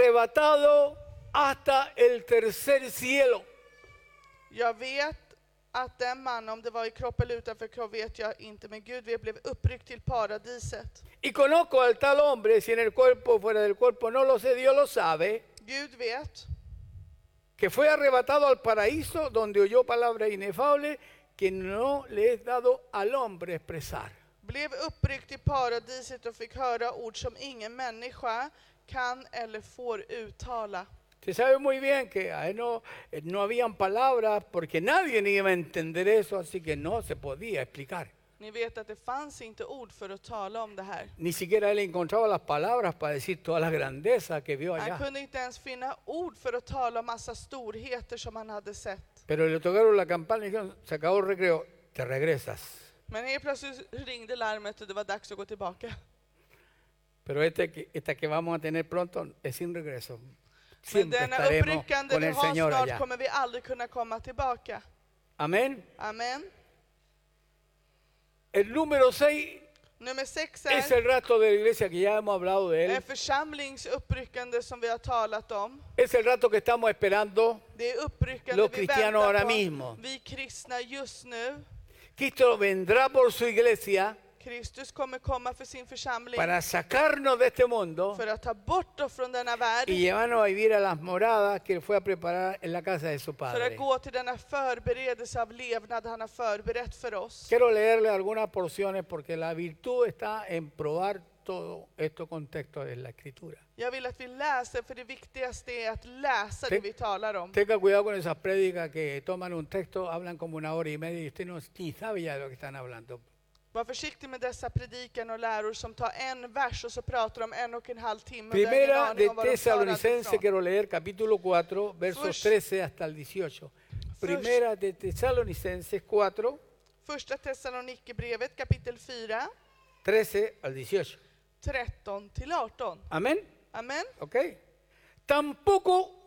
arrebatado hasta el tercer cielo.
Jag vet att den man, om det var i kropp eller utanför kropp vet jag inte, men Gud vet, blev uppryckt till paradiset.
Y conozco al tal hombre, si en el cuerpo o fuera del cuerpo no lo sé, Dios lo sabe,
Gud vet.
que fue arrebatado al paraíso donde oyó palabra inefable que no le es dado al hombre expresar.
Blev uppryckt i paradiset och fick höra ord som ingen människa kan eller får uttala.
Se sabe muy bien que a él no, eh, no habían palabras porque nadie ni iba a entender eso, así que no se podía explicar.
Ni vet att det fanns inte ord för att tala om det här.
Ni siquiera él encontraba las palabras para decir toda la grandeza que vio
Han
allá.
kunde inte ens finna ord för att tala om massa storheter som han hade sett.
Pero le tocaron la campana y dijeron, se acabó el recreo, te regresas.
Men helt plötsligt ringde larmet och det var dags att gå tillbaka.
Pero este que- esta que vamos a tener pronto es sin regreso.
Men
Siempre
denna
estaremos
uppryckande
con
vi
el
har
Señor
snart
allá.
kommer vi aldrig kunna komma tillbaka.
Amén.
Amen.
El número 6
Nummer sex
es
är,
el rastro de la iglesia que ya hemos hablado de
är
él.
församlingsuppryckande som vi har talat om.
Es el rato que estamos esperando.
Det är uppryckande
Los
vi
cristianos ahora
väntar
mismo.
på. Vi kristna just nu.
Cristo vendrá por su iglesia
Kristus kommer komma för sin församling
para sacarnos de este mundo
för att ta bort oss från denna värld,
y llevarnos a vivir a las moradas que él fue a preparar en la casa de su
för
padre.
att gå till denna förberedelse av levnad han har förberett för oss.
Quiero leerle algunas porciones porque la virtud está en probar todo estos contextos de la escritura.
Jag vill att vi läser, för det viktigaste är att läsa det
Tänk-
vi talar om.
Tenga cuidado con esas prédicas que toman un texto, hablan como una hora y media y usted no, ni sabe ya de lo que están hablando.
Var försiktig med dessa predikan och läror som tar en vers och så pratar de en och en halv timme. och vi har ingen
Primera
aning
de
om var de tar allt
Tesalonicenses,
ifrån.
quiero leer capítulo 4, versos
Fush.
13 hasta el 18. Primera de Tesalonicenses 4,
Första Thessalonikerbrevet kapitel 4,
13 al 18.
13 till 18.
Amén.
Amen.
¿Ok? Tampoco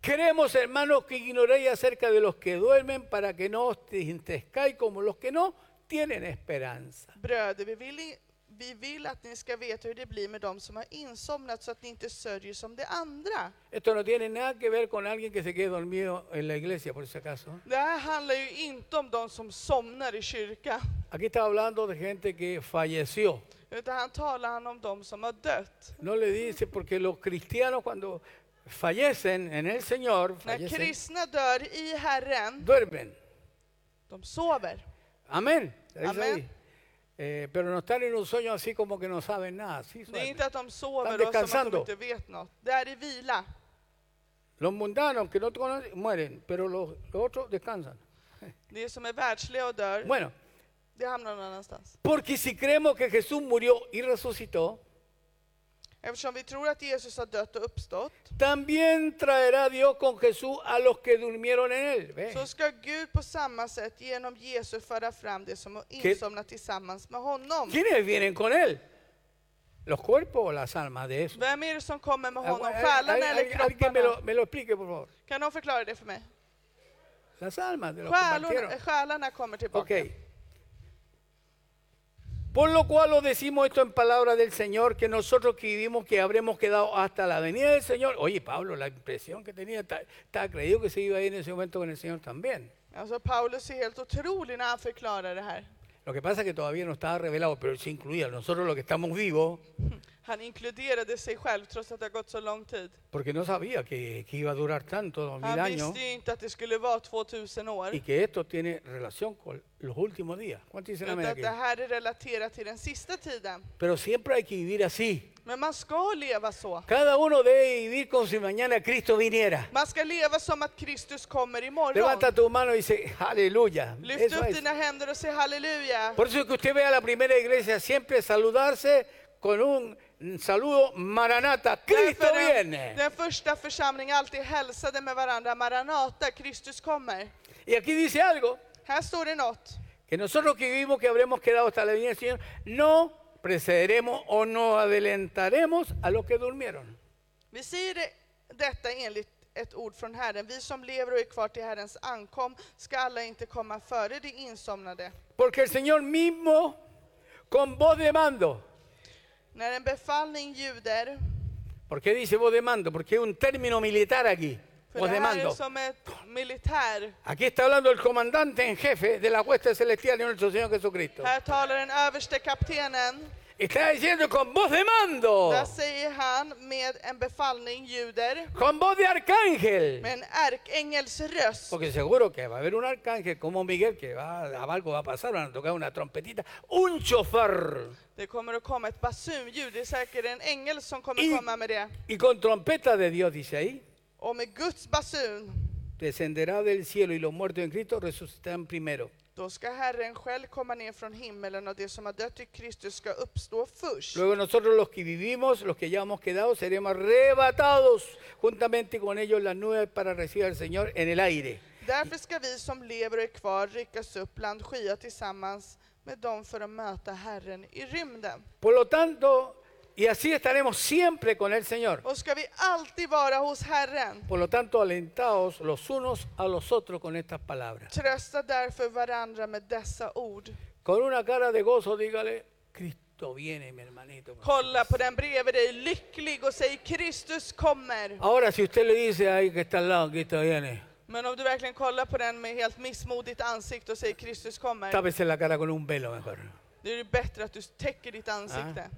queremos, hermanos, que ignoréis acerca de los que duermen para que no os tristezcáis como los que no tienen esperanza.
Bröder, vi vill, i- vi vill att ni ska veta hur det blir med dem som har insomnat så att ni inte sörjer som de andra.
Esto no tiene nada que ver con alguien que se quede dormido en la iglesia, por si acaso.
Det här handlar ju inte om de som somnar i kyrkan,
Aquí está hablando de gente que falleció.
utan han talar han om de som har dött.
No le dice, porque los cristianos cuando fallecen en el Señor,
När
fallecen,
kristna dör i Herren,
duermen.
de sover.
Amén. Lo dice
Amén.
ahí. Eh, pero no están en un sueño así como que no saben nada. Sí,
Det är
sueño.
inte att de
Están
sover och som att
descansando.
de inte vet något. Det är i vila.
Los mundanos que no te conocen mueren, pero los, los otros descansan.
Det som är världsliga och dör,
Bueno,
det hamnar någon annanstans.
porque si creemos que Jesús murió y resucitó,
Eftersom vi tror att Jesus har dött och uppstått,
también traerá Dios con Jesús a los que durmieron en él. ¿Ve?
så ska Gud på samma sätt genom Jesus föra fram det som har
Ki-
insomnat tillsammans med honom.
¿Quiénes vienen con él? ¿Los cuerpos o las almas de eso?
Vem är det som kommer med
Agu-
honom?
al-
Själarna
al-
eller
al- Alguien me lo,
kropparna?
me lo explique, por favor.
Kan någon förklara det för mig?
Las almas de los que
Själorna,
partieron.
själarna kommer
Ok.
tillbaka.
Por lo cual os decimos esto en palabra del Señor, que nosotros que vivimos, que habremos quedado hasta la venida del Señor. Oye, Pablo, la impresión que tenía, está- estaba creído que se iba a ir en ese momento con el Señor también.
Alltså Paulus är helt otrolig när han förklarar det här.
Lo que pasa es que todavía no estaba revelado, pero se incluía. Nosotros los que estamos vivos,
Han inkluderade sig själv trots att det har gått så lång tid.
porque no sabía que, que iba a durar tanto, dos mil
Han
años,
visste ju inte att det skulle vara 2000 år.
y que esto tiene relación con los últimos días. ¿Cuántos dicen
Utan
amén
att
aquí?
det här är relaterat till den sista tiden.
Pero siempre hay que vivir así.
Men man ska leva så.
Cada uno debe vivir como si mañana Cristo viniera.
Man ska leva som att Kristus kommer
Levanta
imorgon.
tu mano y dice, aleluya.
Lyft
Eso
upp
es.
dina händer och säg halleluja.
Por eso es que usted ve a la primera iglesia siempre saludarse con un saludo maranata. Cristo
Därför den,
viene.
den första församlingen alltid hälsade med varandra, Maranata, Kristus kommer.
Y aquí dice algo,
Här står det något.
que nosotros que vivimos, que habremos quedado hasta la venida del Señor, no precederemos o no adelantaremos a los que durmieron.
Vi säger det, detta enligt ett ord från Herren. Vi som lever och är kvar till Herrens ankom ska alla inte komma före de insomnade.
Porque el Señor mismo, con voz de mando,
När en befallning ljuder,
¿por qué dice voz de mando? Porque hay un término militar aquí,
för
voz
det
de
här är
mando.
som ett militär.
Aquí está hablando el comandante en jefe de la hueste celestial de nuestro Señor Jesucristo.
Här talar den överste kaptenen.
Está diciendo con voz de mando,
Där säger han med en befallning ljuder,
con voz de arcángel.
med en ärkängels röst.
Porque seguro que va a haber un arcángel como Miguel que va a algo va a pasar, van a tocar una trompetita, un chofer
Det kommer att komma ett basunljud, det är säkert en ängel som
I-
kommer komma med det.
y con trompeta de Dios dice ahí,
Och med Guds basun,
descenderá del cielo y los muertos en Cristo resucitarán primero.
då ska Herren själv komma ner från himmelen och det som har dött i Kristus ska uppstå först.
Luego nosotros los que vivimos, los que ya hemos quedado, seremos arrebatados juntamente con ellos en las nubes para recibir al Señor en el aire.
Därför ska vi som lever och är kvar ryckas upp bland skyar tillsammans med dem för att möta Herren i rymden.
Por lo tanto, y así estaremos siempre con el Señor.
Och ska vi alltid vara hos Herren.
Por lo tanto, alentados los unos a los otros con estas palabras.
Trösta därför varandra med dessa ord.
Con una cara de gozo, dígale, Cristo viene, mi hermanito.
Kolla på den bredvid dig lycklig och säg Kristus kommer.
Ahora, si usted le dice ahí que está al lado, Cristo viene,
Men om du verkligen kollar på den med helt missmodigt ansikte och säger Kristus kommer,
tápese la cara con un velo mejor.
då är det bättre att du täcker ditt ansikte.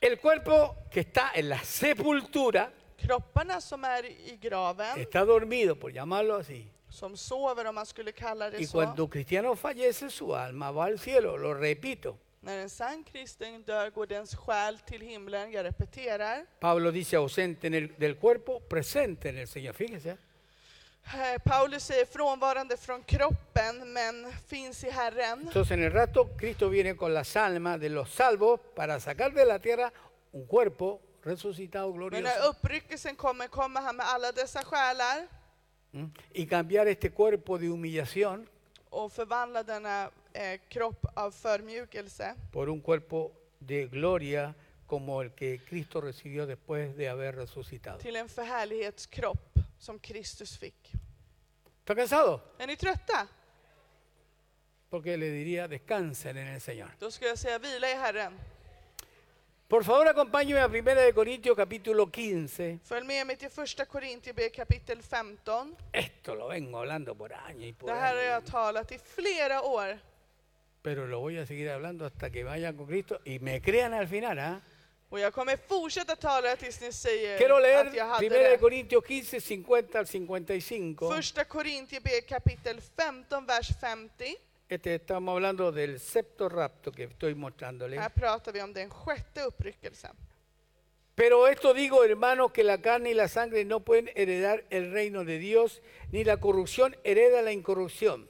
El cuerpo que está en la sepultura
Kropparna som är i graven,
está dormido, por llamarlo así.
som sover om man skulle kalla det
Y
så,
cuando cristiano fallece, su alma va al cielo, lo repito.
när en sann kristen dör går dens själ till himlen, jag repeterar.
Pablo dice ausente en el- del cuerpo, presente en el Señor. Fíjese.
Eh, Paulus säger frånvarande från kroppen men finns i Herren.
Entonces en el rato Cristo viene con las almas de los salvos para sacar de la tierra un cuerpo resucitado
Men när
glorioso
uppryckelsen kommer, kommer han med alla dessa själar
¿m? y cambiar este cuerpo de humillación
och förvandlar denna eh, kropp av förmjukelse
por un cuerpo de gloria como el que Cristo recibió después de haber resucitado.
till en förhärlighetskropp som Kristus fick.
¿Está cansado?
Är ni trötta?
Porque le diría descansen en el Señor.
Då ska jag säga vila i Herren.
Por favor, acompáñenme a 1 de Corintios capítulo 15.
Följ med mig till första Korintierbrevet kapitel 15.
Esto lo vengo hablando por años y por
Det här har
años,
jag talat i flera år.
pero lo voy a seguir hablando hasta que vayan con Cristo y me crean al final, ¿ah?
Och jag kommer fortsätta tala det tills ni säger
Quiero leer
att jag hade
1 de
det.
Corintios 15, 50 al 55.
Första Korintierbrevet kapitel 15, vers 50.
Este, estamos hablando del septo rapto que estoy mostrándole.
Här pratar vi om den sjätte uppryckelsen.
Pero esto digo, hermanos, que la carne y la sangre no pueden heredar el reino de Dios, ni la corrupción hereda la incorrupción.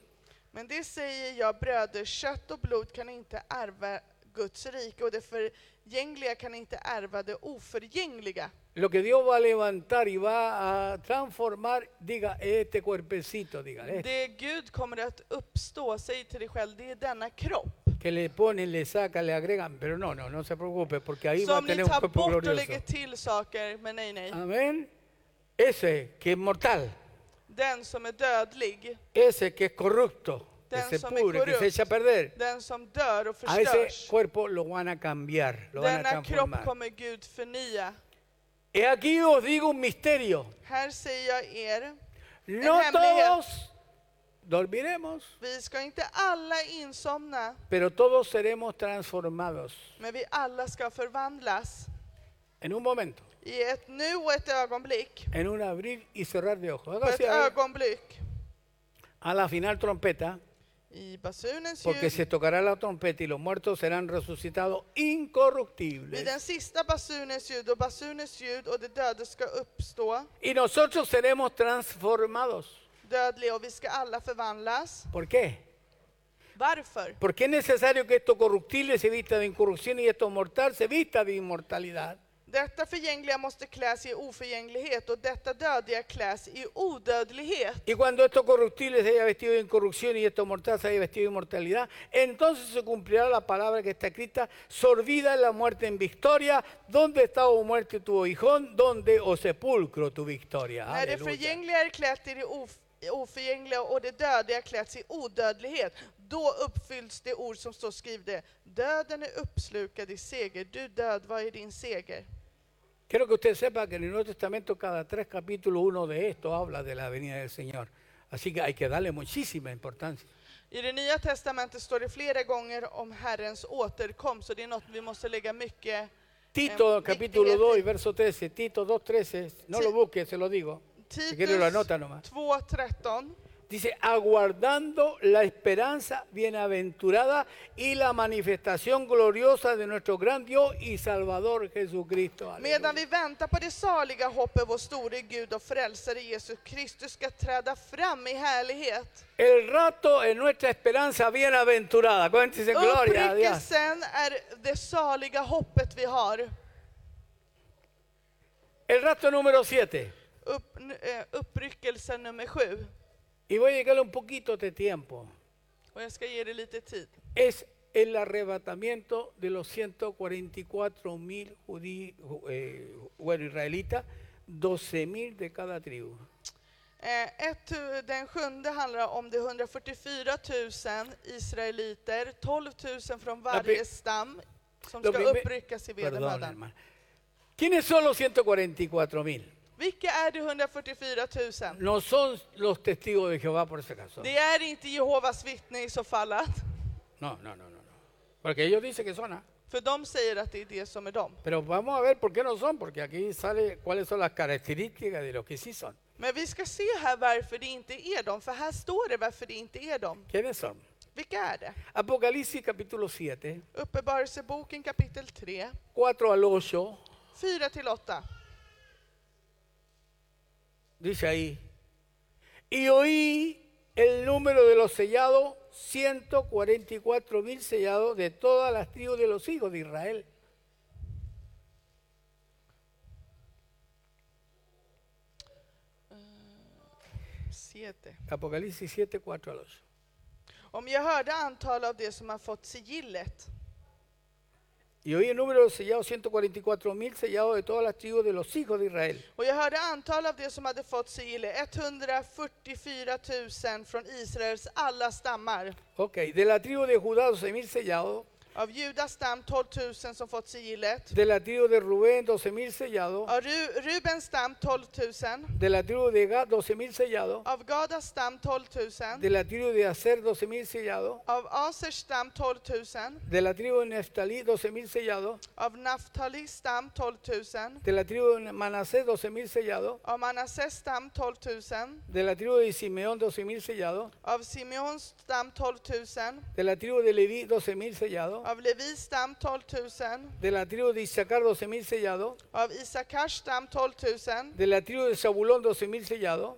Men det säger jag bröder, kött och blod kan inte ärva Guds rike och det förgängliga kan inte ärva det oförgängliga.
Lo que Dios va a levantar y va a transformar, diga, este cuerpecito, diga, este,
Det Gud kommer att uppstå, säg till dig själv, det är denna kropp.
que le ponen, le sacan, le agregan, pero no, no, no se preocupe, porque ahí va a
Som ni
tener un
tar
cuerpo
bort och
glorioso.
lägger till saker, men nej, nej.
Amén. Ese que es mortal,
Den som är dödlig,
ese que es corrupto, que
Den
se
som är
pudre, que se
korrupt.
echa a perder.
Den som dör och
A ese
förstörs.
cuerpo lo van a cambiar, lo van a
Denna kropp
transformar.
kommer Gud förnya.
He aquí os digo un misterio.
Här säger jag er,
No
hemlighet.
todos dormiremos,
vi ska inte alla insomna,
pero todos seremos transformados
men vi alla ska förvandlas.
en un momento,
I ett nu och ett ögonblick.
en un abrir y cerrar de ojos.
På ett
Hágase a,
ögonblick.
a la final trompeta,
I basunens
porque
ljud.
se tocará la trompeta y los muertos serán resucitados
Vid
incorruptibles.
den sista basunens ljud och basunens ljud och de döda ska uppstå,
Y nosotros seremos transformados.
dödliga och vi ska alla förvandlas.
¿Por qué?
Varför?
Porque es necesario que esto corruptible se vista de incorrupción y esto mortal se vista de inmortalidad.
Detta förgängliga måste kläs i oförgänglighet och detta dödliga kläs i odödlighet.
Y cuando esto corruptible se haya vestido de incorrupción y esto mortal se haya vestido de inmortalidad, entonces se cumplirá la palabra que está escrita, sorbida es la muerte en victoria, ¿dónde está o muerte tu aguijón? ¿Dónde o sepulcro tu victoria?
När det
Aleluya.
förgängliga är klätt i det of oförgängliga och det dödliga klätts i odödlighet, då uppfylls det ord som står skrivet. Döden är uppslukad i seger. Du död, vad är din seger?
Quiero que usted sepa que en el Nuevo Testamento cada tres capítulos uno de esto habla de la venida del Señor. Así que hay que darle muchísima importancia.
I det nya testamentet står det flera gånger om Herrens återkomst, och det är något vi måste lägga mycket...
Tito
eh,
capítulo
viktighet
2 y
i.
verso 13, Tito 2.13, no
Sí.
lo busques, se lo digo. Si quiere lo anota nomás.
Titus 2.13.
Dice, aguardando la esperanza bienaventurada y la manifestación gloriosa de nuestro gran Dios y Salvador Jesucristo. Aleluya.
Medan vi väntar på det saliga hoppet vår store Gud och frälsare Jesus Kristus ska träda fram i härlighet.
El rato es nuestra esperanza bienaventurada. ¿Cuántos
Oh,
dicen gloria a Dios?
Uppryckelsen är det saliga hoppet vi har.
El rato número 7.
Upp, n- eh, uppryckelsen nummer sju.
Y voy a llegar un poquito de tiempo.
Och jag ska ge dig lite tid.
Es el arrebatamiento de los 144 mil eh, bueno, israelitas, 12 mil de cada tribu.
Eh, ett, tu- den sjunde handlar om de 144 000 israeliter, 12 000 från varje stam som
Lo
ska
primer-
uppryckas i
Perdón,
vedermödan.
hermano. ¿Quiénes son los 144 mil?
Vilka är de 144 000?
No son los testigos de Jehová por si acaso.
Det är inte Jehovas vittne i så fall, att-
No, no, no, no. no. Porque ellos dicen que son, ¿ah?
för de säger att det är det som är dem.
pero vamos a ver por qué no son, porque aquí sale cuáles son las características de los que sí son.
Men vi ska se här varför det inte är dem, för här står det varför det inte är dem.
¿Quiénes son?
Vilka är det?
Apocalipsis capítulo 7,
Uppenbarelseboken kapitel 3,
4 al 8,
4 till 8.
dice ahí, y oí el número de los sellados, 144 mil sellados de todas las tribus de los hijos de Israel.
Siete.
Apocalipsis 7, 4 al 8.
Om jag hörde antal av det som har fått sigillet
Y oí el número de los sellados, 144 mil sellados de todas las tribus de los hijos de Israel.
och jag hörde antal av det som hade fått sigillet, 144 000 från Israels alla stammar.
Ok, de la tribu de Judá, 12 mil sellados.
Av Judas stam 12 000 som fått sigillet,
De la tribu de Rubén, 12 mil sellados.
av Ru Rubens stam 12 000,
De la tribu de Gad, 12 mil sellados.
av Gadas stam 12
De
000,
la tribu de Aser, 12 mil sellados.
av Asers stam 12 000,
De la tribu de Neftalí, 12 mil sellados.
av Naftalis stam 12 000,
De la tribu de Manasés, 12 mil sellados.
av Manasses stam 12 000,
De la tribu de Simeón, 12 mil sellados.
Av Simeons stam 12 000.
De la tribu de Leví, 12 mil sellados.
Av Levis stam 12 000.
De la tribu de Isaacar, 12 mil sellados.
Av Isakars stam 12 000.
De la tribu de Zabulón, 12 mil sellados.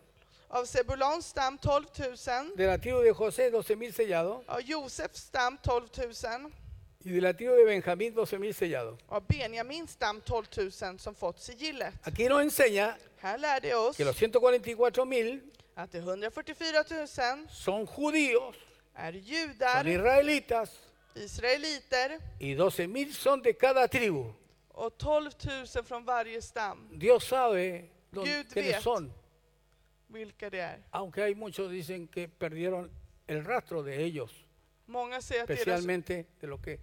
Av Sebulons stam 12 000.
De la tribu de José, 12 mil sellados.
Av Josefs stam 12 000.
Y de la tribu de Benjamín, 12 mil sellados.
Av Benjamins stam 12 000 som fått sigillet.
Aquí nos enseña
Här lärde jag oss
que los 144 mil
att de 144 000
son judíos,
är
son
judar,
israelitas,
israeliter
y 12 mil son de cada tribu.
och 12 000 från varje stam.
Dios sabe dónde-
Gud
quiénes
vet.
son,
Vilka det är.
aunque hay muchos dicen que perdieron el rastro de ellos,
Många säger att deras,
especialmente de los que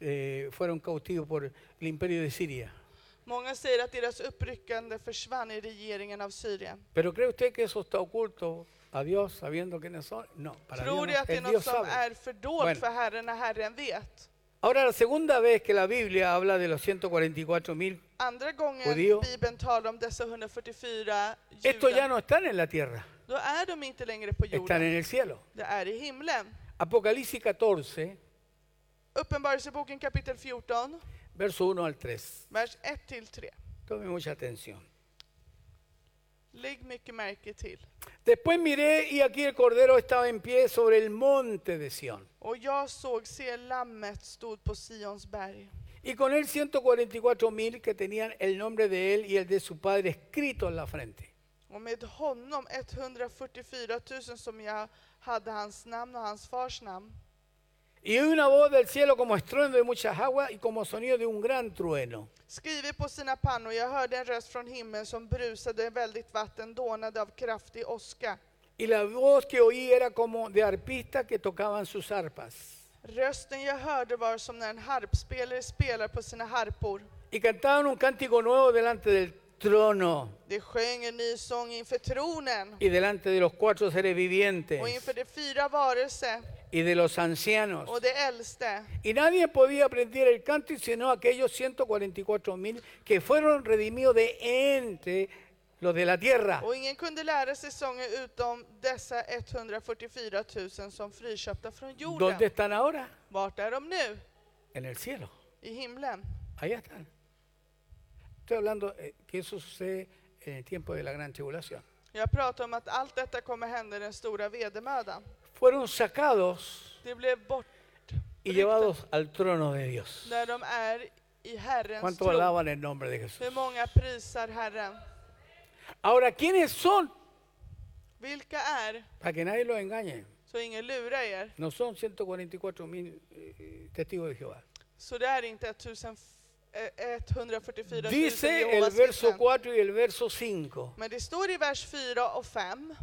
eh, fueron cautivos por el imperio de Siria.
många säger att deras uppryckande försvann i regeringen av Syrien.
Pero ¿cree usted que eso está oculto a Dios sabiendo quiénes son? No, para Dios,
Tror ni
no.
att det är
El Dios
något som
sabe.
är fördolt
Bueno.
för Herren när Herren vet?
Ahora, la segunda vez que la Biblia habla de los 144 mil,
Andra gången
Judío.
Bibeln talar om dessa 144
estos ya
judar,
no están en la tierra,
då är de inte längre på
están
jorden,
en el cielo.
det är i himlen.
Apocalipsis 14,
Uppenbarelseboken kapitel 14,
verso 1 al 3.
vers 1-3.
Tome mucha atención.
Lägg mycket märke till.
Después miré y aquí el cordero estaba en pie sobre el monte de Sión.
Och jag såg, se lammet stod på Sions berg.
Y con él 144 mil que tenían el nombre de él y el de su padre escrito en la frente.
Och med honom 144 000 som jag hade hans namn och hans fars namn.
Y oí una voz del cielo como estruendo de muchas aguas y como sonido de un gran trueno.
Skrivit på sina pannor, jag hörde en röst från himlen som brusade väldigt vatten, dånade av kraftig åska.
Y la voz que oí era como de arpistas que tocaban sus arpas.
Rösten jag hörde var som när en harpspelare spelar på sina harpor.
Y cantaban un cántico nuevo delante del trono
De sjöng en ny sång inför tronen
y delante de los cuatro seres
och
vivientes
inför de fyra varelser
y de los ancianos.
och de äldste.
Y nadie podía aprender el canto sino aquellos 144 mil que fueron redimidos de entre los de la tierra.
Och ingen kunde lära sig sången utom dessa 144 000 som friköpta från
¿Dónde
jorden.
están ahora?
Vart är de nu?
En el cielo.
I himlen.
Allá están. Estoy hablando eh, que eso sucede en el tiempo de la gran tribulación.
Jag pratar om att allt detta kommer hända i den stora vedermödan.
Fueron sacados
Det blev bort
y llevados al trono de Dios.
när de är i Herrens
¿Cuánto
tron.
alaban el nombre de Jesús?
Hur många prisar Herren?
Ahora, ¿quiénes son?
Vilka är?
Para que nadie los engañe.
Så ingen lurar er.
No son 144 mil eh, testigos de Jehová.
Så det är inte 1000 eh, 144 000
Dice el
Jehovas
verso
vittnen.
4 y el verso 5.
Men det står i vers 4 och 5.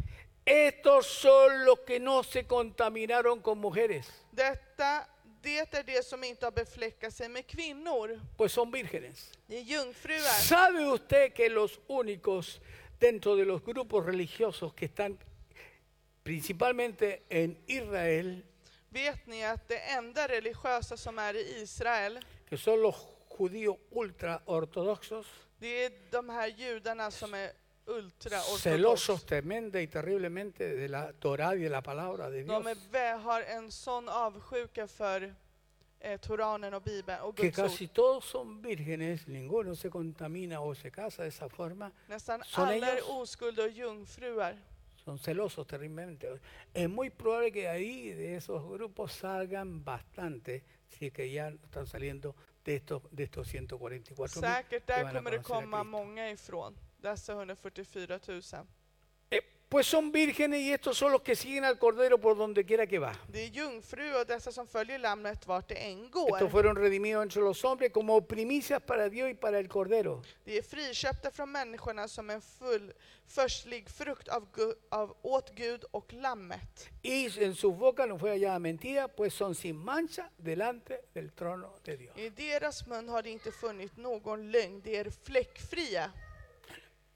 Estos son los que no se contaminaron con mujeres,
Detta, det är det som inte har befläckat sig med kvinnor.
pues son vírgenes.
Det är jungfruar.
¿Sabe usted que los únicos dentro de los grupos religiosos que están principalmente en Israel,
Vet ni att det enda religiösa som är i Israel,
que son los judíos ultraortodoxos,
det är de här judarna som är ultraortodoxa.
celosos tremenda y terriblemente de la Torá y de la palabra de
De är,
Dios,
vä- har en sån avsjuka för eh, Toranen och Bibeln och
que
Guds ord.
casi todos son vírgenes, ninguno se contamina o se casa de esa forma,
Nästan
Son
alla
ellos-
är oskuld och jungfruar.
Son celosos terriblemente. Es muy probable que ahí de esos grupos salgan bastante, si es que ya están saliendo de estos, de estos 144 mil.
Säkert
que
där
van a
kommer det
conocer a
komma
Cristo.
många ifrån, dessa 144 000.
Eh, pues son vírgenes y estos son los que siguen al Cordero por donde quiera que va.
Det är jungfruar och dessa som följer Lammet vart det än
Estos
går.
fueron redimidos entre los hombres como primicias para Dios y para el Cordero.
Det är friköpta från människorna som en full, förstlig frukt av, Gu- av åt Gud och Lammet.
Y en sus bocas no fue hallada mentira, pues son sin mancha delante del trono de Dios.
I deras mun har det inte funnit någon lögn, de är fläckfria.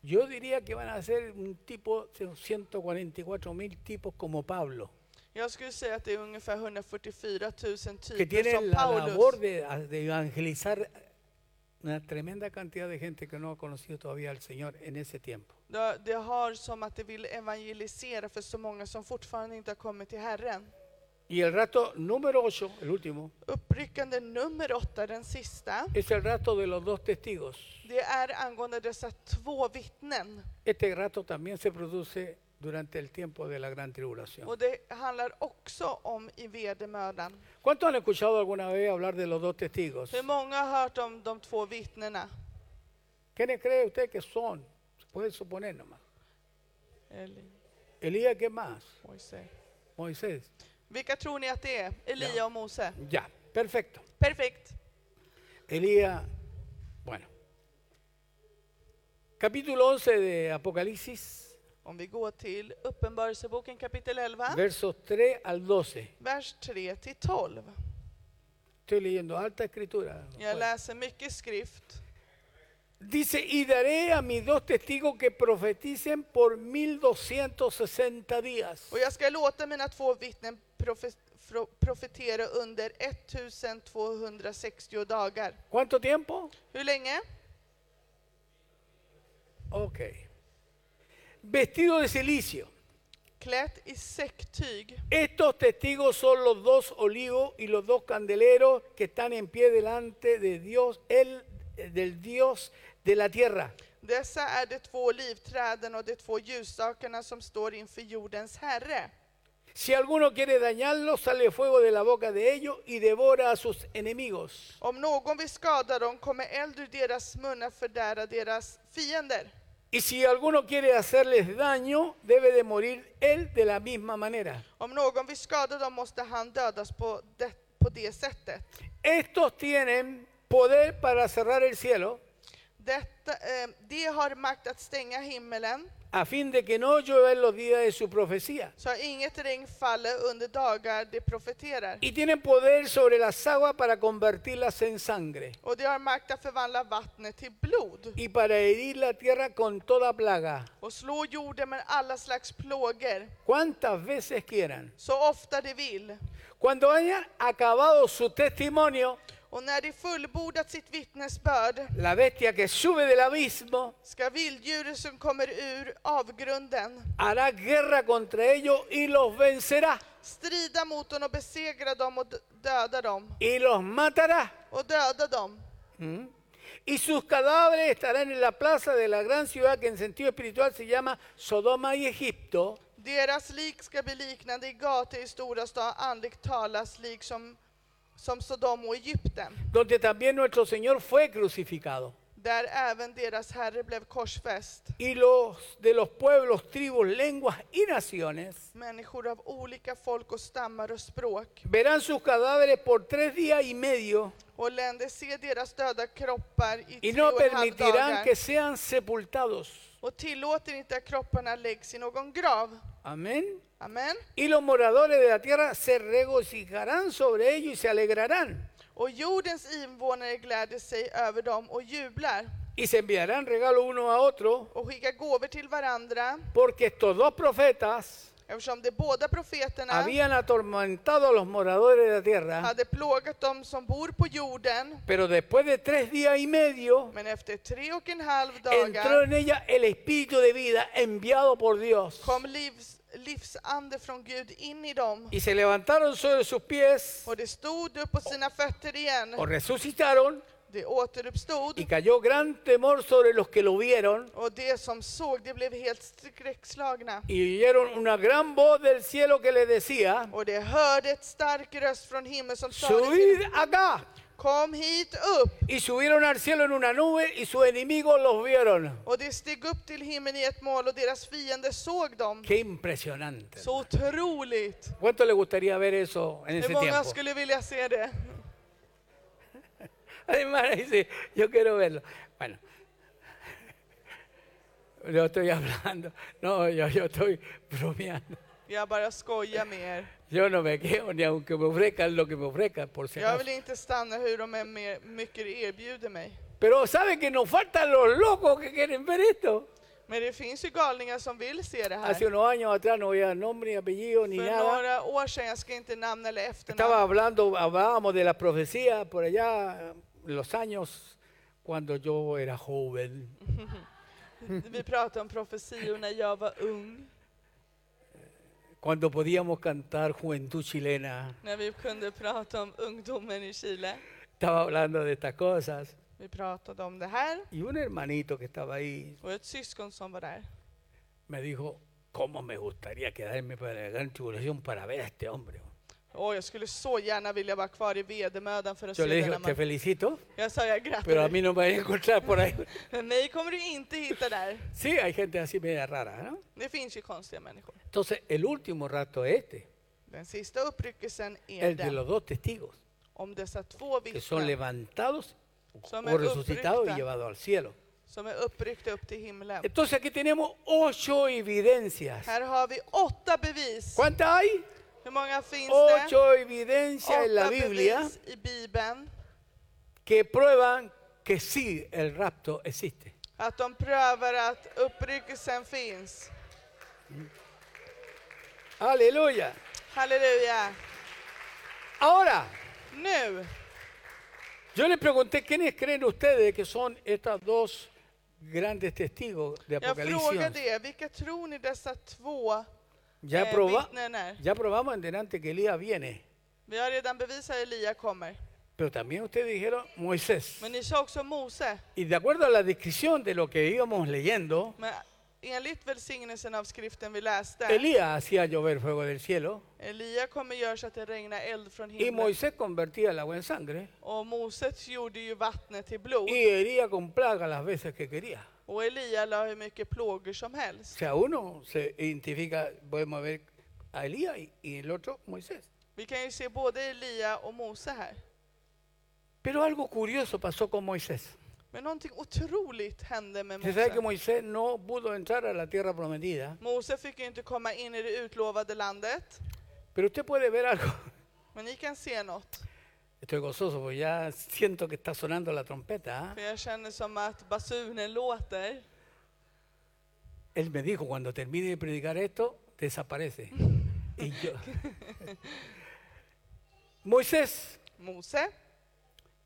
Yo diría que van a ser un tipo, 144 mil tipos como Pablo.
Jag skulle säga att det är ungefär 144 000
que
typer
tiene
som
la labor
Paulus.
de, de evangelizar una tremenda cantidad de gente que no ha conocido todavía al Señor en ese tiempo.
Det, det har som att det vill evangelisera för så många som fortfarande inte har kommit till Herren.
Y el rato número 8, el último,
Uppryckande nummer åtta, den sista,
es el rato de los dos testigos.
det är angående dessa två vittnen.
Este rato también se produce durante el tiempo de la gran tribulación.
Och det handlar också om i vedermödan.
¿Cuántos han escuchado alguna vez hablar de los dos testigos?
Hur många har hört om de två vittnena?
¿Quiénes cree usted que son? Se puede suponer nomás.
Eli-
Elías, ¿qué más?
Mojse.
Moisés.
Vilka tror ni att det är? Elia och Mose?
Ya, perfecto.
Perfekt.
Elías, bueno. Capítulo 11 de Apocalipsis
Om vi går till Uppenbarelseboken kapitel 11,
versos 3 al 12.
vers 3 till 12.
Estoy leyendo alta escritura.
Jag läser mycket skrift.
Dice, y daré a mis dos testigos que profeticen por 1260 días.
Och jag ska låta mina två vittnen profe- fro- profetera under 1260 dagar.
¿Cuánto tiempo?
Hur länge?
Ok. Vestido de silicio.
Klätt i säcktyg.
Estos testigos son los dos olivos y los dos candeleros que están en pie delante de Dios, el, del Dios de la tierra.
Dessa är de två olivträden och de två ljusstakarna som står inför jordens Herre.
Si alguno quiere dañarlos, sale fuego de la boca de ellos y devora a sus enemigos.
Om någon vill skada dem kommer eld ur deras munnar fördära deras fiender.
Y si alguno quiere hacerles daño, debe de morir él de la misma manera.
Om någon vill skada dem måste han dödas på det, på det sättet.
Estos tienen poder para cerrar el cielo
Detta, eh, de har makt att stänga himmelen
a fin de que no llueva en los días de su profecía.
så att inget regn faller under dagar de profeterar.
Y tienen poder sobre las aguas para convertirlas en sangre
Och de har makt att förvandla vattnet till blod
y para herir la tierra con toda plaga,
och slå jorden med alla slags plågor
cuantas veces quieran.
så ofta de vill.
Cuando hayan acabado su testimonio,
Och när de fullbordat sitt vittnesbörd
la bestia que sube del abismo
ska vilddjuret som kommer ur avgrunden
hará guerra contra ellos y los vencerá
strida mot dem och besegra dem och d- döda dem
y los matará.
och döda dem.
¿Mm? Y sus cadáveres estarán en la plaza de la gran ciudad que en sentido espiritual se llama Sodoma y Egipto,
Deras lik ska bli liknande i gator i stora stad, andligt talas lik som, som Sodom och Egypten,
donde también nuestro Señor fue crucificado.
där även deras herre blev korsfäst.
Y los de los pueblos, tribus, lenguas y naciones
Människor av olika folk och stammar och språk
verán sus cadáveres por tres días y medio
och länder se deras döda kroppar i
y
tre
no
och en halv
permitirán
dagar
que sean sepultados.
och tillåter inte att kropparna läggs i någon grav.
Amén.
Amen.
Y los moradores de la tierra se regocijarán sobre ello y se alegrarán.
Och jordens invånare gläder sig över dem och jublar
Y se enviarán regalo uno a otro,
och skickar gåvor till varandra
porque estos dos profetas
eftersom de båda profeterna
habían atormentado a los moradores de la tierra,
hade plågat dem som bor på jorden,
pero después de tres días y medio
men efter tre och en halv
entró
dagar
en ella el espíritu de vida enviado por Dios.
kom livs, livsande från Gud in i dem,
Y se levantaron sobre sus pies
och de stod upp på sina fötter
o
igen,
resucitaron
de
y
återuppstod,
cayó gran temor sobre los que lo vieron
och de som såg det blev helt skräckslagna.
y oyeron una gran voz del cielo que le decía,
Och de hörde ett stark röst från himlen som sade till
subid
dem,
acá.
kom hit upp!
Y subieron al cielo en una nube y sus enemigos los vieron.
Och de steg upp till himlen i ett mål och deras fiender såg dem.
Qué impresionante.
Så otroligt!
¿Cuánto le gustaría ver eso en
Hur
ese
många
tiempo?
skulle vilja se det?
Además dice, yo quiero verlo. Bueno, yo estoy hablando, no, yo, yo estoy bromeando.
Jag bara skojar med er.
Yo no me quedo ni aunque me ofrezcan lo que me ofrezcan, por si
Jag
acaso.
vill inte stanna hur de än mer, mycket erbjuder mig.
Pero saben que nos faltan los locos que quieren ver esto.
Men det finns ju galningar som vill se det
Hace
här.
unos años atrás no había nombre, ni apellido, ni
För
nada.
några år sedan, jag ska inte namn eller
Estaba
efternamn,
hablando, hablábamos de la profecía por allá, los años cuando yo era joven.
vi pratade om profetior när jag var ung.
cuando podíamos cantar Juventud Chilena.
När vi kunde prata om ungdomen i Chile.
Estaba hablando de estas cosas.
Vi pratade om det här
Y un hermanito que estaba ahí
och ett syskon som var där.
me dijo, ¿cómo me gustaría quedarme para la gran tribulación para ver a este hombre?
Åh, jag skulle så gärna vilja vara kvar i vedermödan för att
Yo le
se
dije,
denna
te
man.
felicito,
Jag sa, jag
pero a
grattar
mí
dig.
no me vas a encontrar por ahí.
Men mig kommer du inte hitta där.
Sí, hay gente así media rara, ¿no?
Det finns ju konstiga människor.
Entonces, el último rato es este,
Den sista uppryckelsen är
el de
den.
los dos testigos,
om dessa två
que son
vittnen
levantados
som
o
är
resucitados y
uppryckta,
llevados al cielo.
som är uppryckta upp till himlen.
Entonces aquí tenemos ocho evidencias.
Här Ah. har vi åtta bevis.
¿Cuántas hay?
Hur många finns det?
Ocho evidencias en la
Åtta
Biblia
bevis i Bibeln.
que prueban que sí el rapto existe.
Att de prövar att uppryckelsen finns.
Aleluya.
Halleluja.
Ahora,
Nu,
yo les pregunté quiénes creen ustedes que son estas dos grandes testigos de
jag frågade
Apocalipsis.
er, vilka tror ni dessa två
Ya,
eh,
proba-
vittnen är?
ya probamos en delante que Elías viene,
Vi har redan bevisat att Elia kommer.
pero también ustedes dijeron Moisés.
Men ni sa också Mose.
Y de acuerdo a la descripción de lo que íbamos leyendo,
Men enligt välsignelsen av skriften vi läste,
Elías hacía llover fuego del cielo
Elia kommer göra så att det regnar eld från
y
himlen.
Moisés convertía el agua en sangre
Och Moses gjorde ju vattnet till blod.
y hería con plaga las veces que quería.
Och Elia la hur mycket plågor som
O
helst.
sea, uno se identifica, podemos ver a Elías y, y el otro Moisés.
Vi kan ju se både Elia och Mose här.
Pero algo curioso pasó con Moisés.
Men någonting otroligt hände med
Se sabe que
Mose.
Moisés no pudo entrar a la tierra prometida,
Mose fick ju inte komma in i det utlovade landet.
pero usted puede ver algo.
Men ni kan se något.
Estoy gozoso porque ya siento que está sonando la trompeta.
För
¿ah?
jag känner som att basunen låter.
Él me dijo, cuando termine de predicar esto, desaparece. Y yo- Moisés
Mose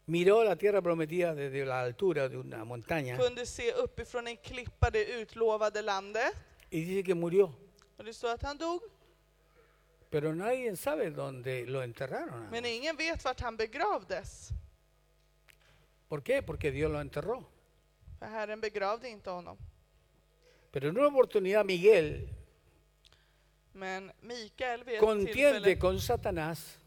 miró la tierra prometida desde la altura de una montaña
kunde se uppifrån en klippa det utlovade landet.
y dice que murió,
Och det står att han dog.
pero nadie sabe dónde lo enterraron.
Men ingen vet vart han begravdes.
¿Por qué? Porque Dios lo enterró.
För Herren begravde inte honom.
Pero en una oportunidad Miguel
Men Mikael vid ett
contiende
tillfälle
con Satanás,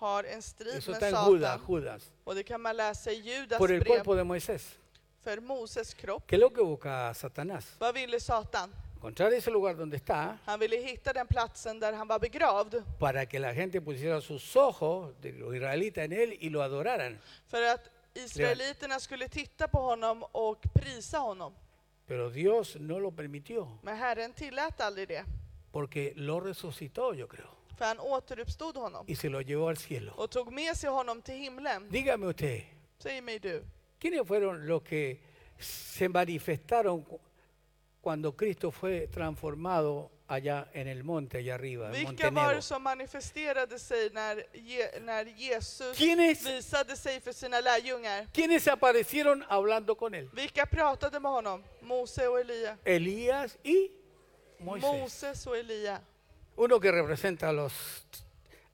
har en strid
eso
med
está en Judas,
Satan.
Judas,
Och det kan man läsa i Judas
por el
brev
cuerpo de Moisés.
för Moses kropp.
¿Qué es lo que busca Satanás?
Vad ville Satan?
Encontrar ese lugar donde está
Han ville hitta den platsen där han var begravd
para que la gente pusiera sus ojos de los israelitas en él y lo adoraran.
för att israeliterna skulle titta på honom och prisa honom.
Pero Dios no lo permitió
Men Herren tillät aldrig det,
porque lo resucitó, yo creo,
för han återuppstod honom
y se lo llevó al cielo.
och tog med sig honom till himlen.
Dígame usted,
Säg mig du,
¿quiénes fueron los que se manifestaron cu- cuando Cristo fue transformado allá en el monte, allá arriba, en
vilka var
Montenegro?
det som manifesterade sig när, Je när Jesus
¿Quiénes,
visade sig för sina lärjungar?
¿Quiénes aparecieron hablando con él?
Vilka pratade med honom? Mose och Elia.
Elías y Moisés.
Moses och Elia.
Uno que representa a los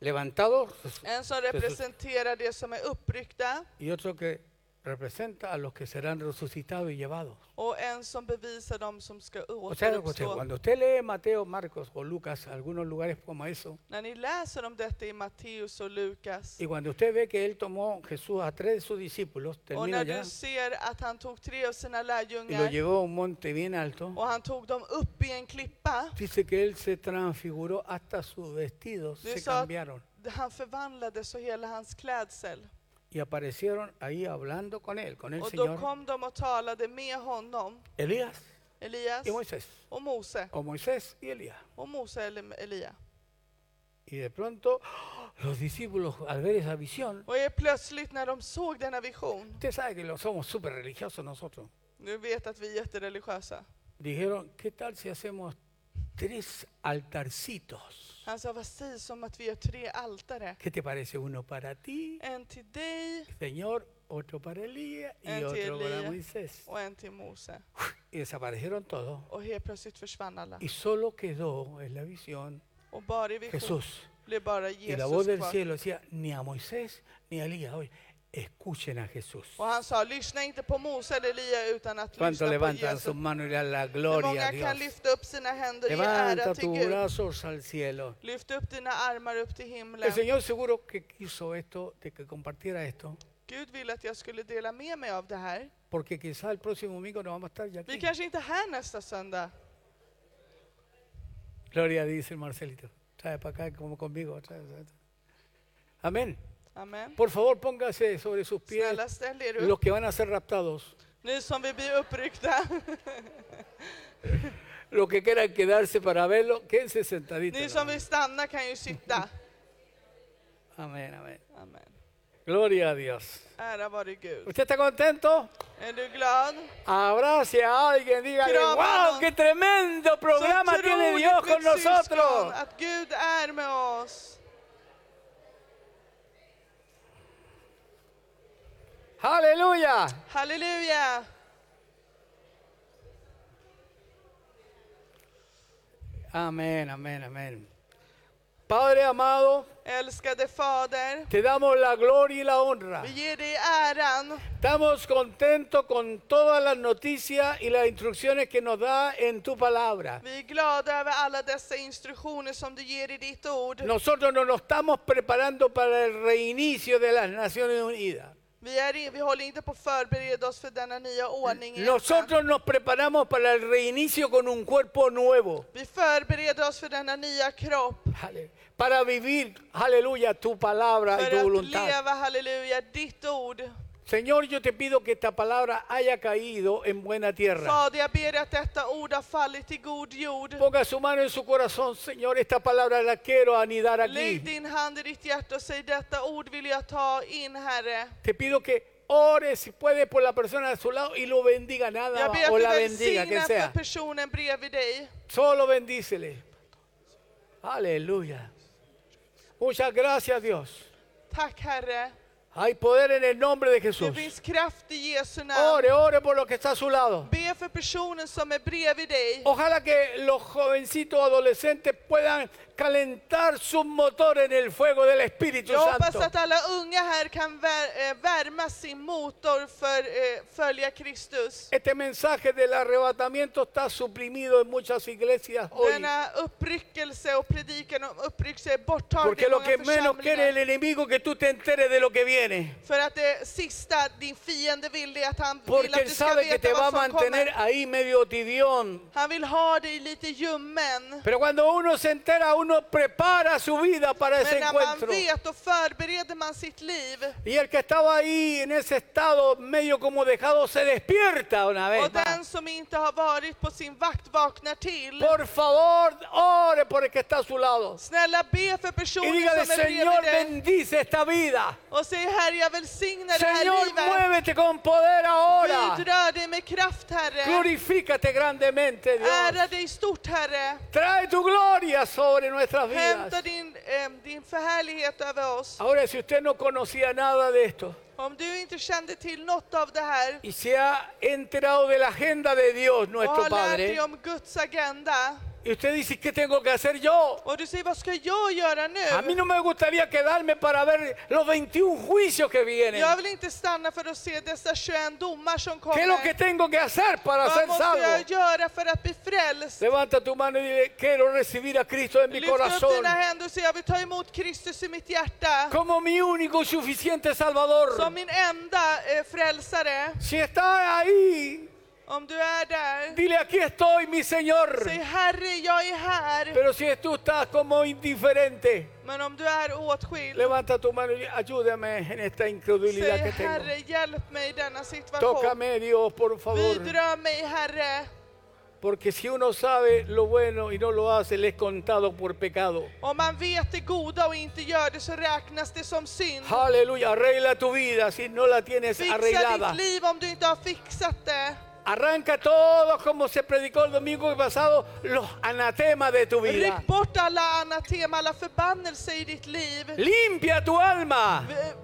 levantados
En som representerar det som är uppryckta
y otro que representa a los que serán resucitados y llevados.
och en som bevisar dem som ska
O sea, usted-
återuppstå.
cuando usted lee Mateo, Marcos o Lucas, algunos lugares como eso,
När ni läser om detta i Matteus och Lukas
y cuando usted ve que él tomó Jesús a tres de sus discípulos,
och
termina
när
ya,
du ser att han tog tre av sina
y lo
lärjungar
llevó a un monte bien alto,
och han tog dem upp i en klippa.
dice que él se transfiguró hasta sus vestidos,
De
se
esa-
cambiaron
Han förvandlades och hela hans klädsel.
y aparecieron ahí hablando con él, con el
Och då
Señor
kom de och talade med honom,
Elías
Elias
y Moisés,
och Mose.
o Moisés y Elías.
Och Mose eller Elia.
Y de pronto ¡oh! los discípulos al ver esa visión,
Och är plötsligt när de såg denna vision,
usted sabe que lo somos súper religiosos nosotros,
nu vet att vi är jättereligiösa.
dijeron, ¿qué tal si hacemos tres altarcitos?
Han sa, Alltså, vad sägs om att vi har tre altare?
¿Qué te parece? Uno para ti,
En till dig
Señor, otro para Eh, Elías y
Entiendo,
otro para
Elías.
Moisés.
och en till Mose.
Y desaparecieron todos.
Och helt plötsligt försvann alla.
Y solo quedó en la visión
Och bara i vision
Jesús.
blev bara
Y la voz
Jesus
del
kvar.
cielo decía, ni a Moisés ni a Elías, oye, escuchen a Jesús.
Och han sa, lyssna inte på Mose eller Elia utan att
¿Cuánto
lyssna på
levantan
Jesus.
sus manos y le dan la
Hur
gloria a
många kan
Dios?
lyfta upp sina händer i ära
Levanta
till
tus
Gud?
brazos al cielo.
Lyft upp dina armar upp till himlen.
El Señor seguro que quiso esto, de que compartiera esto,
Gud vill att jag skulle dela med mig av det här.
porque quizá el próximo domingo no vamos a estar ya
Vi
aquí.
kanske inte är här nästa söndag.
Gloria dice Marcelito. Trae para acá como conmigo. trae, trae, trae. Amén.
Amen.
Por favor, póngase sobre sus pies
Snälla ställ er upp.
los que van a ser raptados.
Ni som vill bli uppryckta,
Los que quieran quedarse para verlo, quédense sentaditos.
ni som vill stanna kan ju sitta.
Amén, amén.
Amen.
Gloria a Dios.
Ära vare Gud.
¿Usted está contento?
Är du glad?
Abrace a alguien, dígale,
Pero,
wow,
hermano,
qué tremendo
Så
programa tiene
troligt,
Dios con
mitt syskon,
nosotros.
att Gud är med oss.
Aleluya.
Halleluja!
Amén, amén, amén. Padre amado,
Älskade Fader,
te damos la gloria y la honra.
vi ger dig äran.
Estamos contentos con todas las noticias y las instrucciones que nos da en tu palabra.
Vi är glada över alla dessa instruktioner som du ger i ditt ord.
Nosotros no nos estamos preparando para el reinicio de las Naciones Unidas.
Vi, är in, vi håller inte på att förbereda oss för denna nya ordning. i FN.
Nosotros nos preparamos para el reinicio con un cuerpo nuevo.
Vi förbereder oss för denna nya kropp.
Ale- Para vivir, aleluya, tu palabra y
För
tu
att
voluntad.
leva, halleluja, ditt ord.
Señor, yo te pido que esta palabra haya caído en buena tierra.
Fader, jag ber att detta ord har fallit i god jord.
Ponga su mano en su corazón, Señor. Esta palabra la quiero anidar
Lägg
aquí.
din hand i ditt hjärta och säg detta ord vill jag ta in, Herre.
Te pido que ores, si puedes, por la persona a su lado y lo bendiga nada
Jag ber
más,
att
o
du
la bendiga, que
välsignar för
sea.
personen bredvid dig.
Solo bendícele. Aleluya. Muchas gracias, Dios.
Tack, Herre.
Hay poder en el nombre de Jesús.
Det finns kraft i Jesu namn.
Ore, ore por lo que está a su lado.
Be för personen som är bredvid dig.
Ojalá que los jovencitos adolescentes puedan calentar sus motores en el fuego del Espíritu
Jag hoppas
Santo.
att alla unga här kan vär, eh, värma sin motor för eh, följa Kristus.
Este mensaje del arrebatamiento está suprimido en muchas iglesias hoy.
Denna uppryckelse och predikan om uppryckelse är borttagen
Porque
i
lo
många
que menos quiere
församlingar.
el enemigo es que tú te enteres de lo que viene.
För att det sista din fiende vill är att han vill
Porque
att
él
du ska
sabe que te
veta
va a
vad som
mantener
kommer.
ahí medio tibión.
Han vill ha dig lite ljummen.
Pero cuando uno se entera, uno prepara su vida para ese
Men när man
encuentro.
vet då förbereder man sitt liv.
Y el que estaba ahí en ese estado medio como dejado se despierta una vez.
Och den
más.
som inte har varit på sin vakt vaknar till.
Por favor, ore por el que está a su lado.
Snälla be för
Y
personen
dígale,
som är bredvid
Señor,
dig.
bendice esta vida.
Och säg Herre, jag välsignar det här
Señor,
livet.
muévete con poder ahora.
Gud, rör dig med kraft, Herre.
Glorifícate grandemente, Dios.
Ära dig stort, Herre.
Trae tu gloria sobre nuestras
Hämta
vidas.
din, eh, din förhärlighet över oss.
Ahora, si usted no conocía nada de esto
Om du inte kände till något av det här
y se ha enterado de la agenda de Dios,
och
nuestro
har lärt dig
Padre,
om Guds agenda
y usted dice, ¿qué tengo que hacer yo?
och du säger vad ska jag göra
A mí
nu?
no me gustaría quedarme para ver los 21 juicios que vienen.
Jag vill inte stanna för att se dessa 21 domar som
¿Qué es lo que
kommer.
tengo que hacer para
Vad
ser
måste
salvo?
jag göra för att bli frälst?
Levanta tu mano y dile, quiero recibir a Cristo en mi
Lyft upp
corazón
dina händer och säg jag vill ta emot Kristus i mitt hjärta
como mi único y suficiente Salvador.
som min enda eh, frälsare.
Si está ahí,
Om du är där,
dile, aquí estoy, mi Señor.
säg Herre, jag är här.
Pero si tú estás como indiferente,
Men om du är åtskild,
levanta tu mano y dile, ayúdame en esta incredulidad
säg
que tengo.
Herre, hjälp mig i denna situation.
Tócame, Dios, por favor.
Vidrör mig, Herre.
Porque si uno sabe lo bueno y no lo hace, le es contado por pecado.
Om man vet det goda och inte gör det så räknas det som synd.
Aleluya, arregla tu vida si no la tienes
Fixa
arreglada.
ditt liv om du inte har fixat det.
Arranca todos, como se predicó el domingo pasado, los anatemas de tu vida.
Ryck bort alla anatema, alla förbannelser i ditt liv.
Limpia tu alma.
V-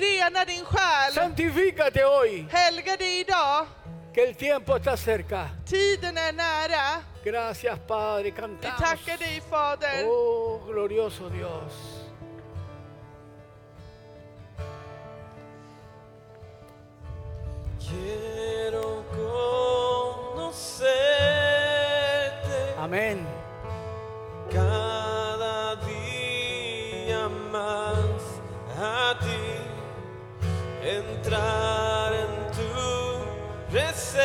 Rena din själ.
Santifícate hoy,
Helga dig idag.
que el tiempo está cerca.
Tiden är nära.
Gracias, Padre.
Vi
Cantamos.
tackar dig, Fader.
Oh, glorioso Dios.
Quiero conocerte
Amén.
cada día más a ti, entrar en tu presencia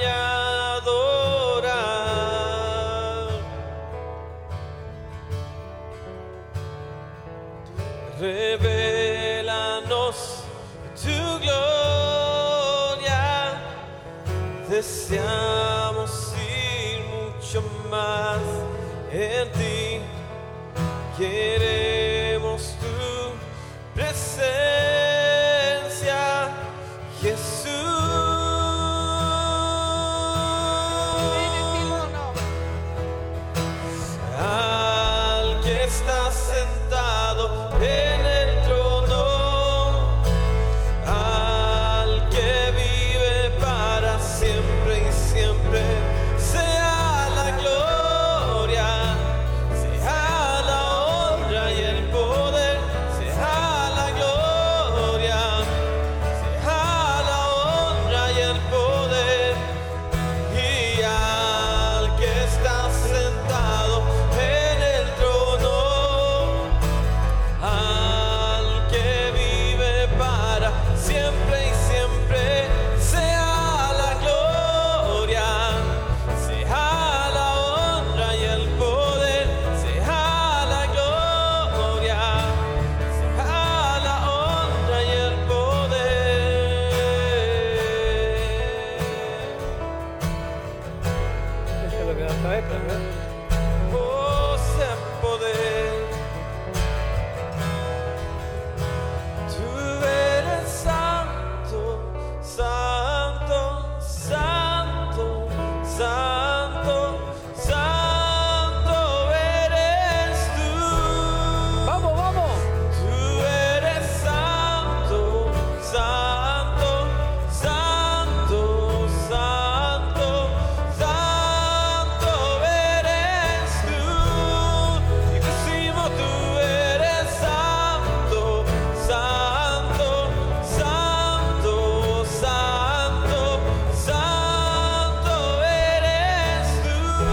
y adorar. Revelanos tu gloria deseamos ir mucho más en ti. Queremos tu presencia, Jesús.
Vive till honom.
Al que está sentado en el trono, al que vive para siempre y siempre, sea la gloria, sea la honra y el poder, sea la gloria, sea la honra y el poder. Y al que está sentado en el trono, al que vive para siempre y siempre, sea la gloria, sea la honra y el poder, sea la gloria, sea la honra y el poder.
Eso es lo que vamos a ver, ¿verdad?
Oh, sea poder. Tú eres santo, santo, santo, santo, santo eres tú.
Vamos, vamos.
Tú eres santo, santo, santo, santo, santo eres tú. Y decimos tú eres santo, santo, santo, santo, santo eres tú.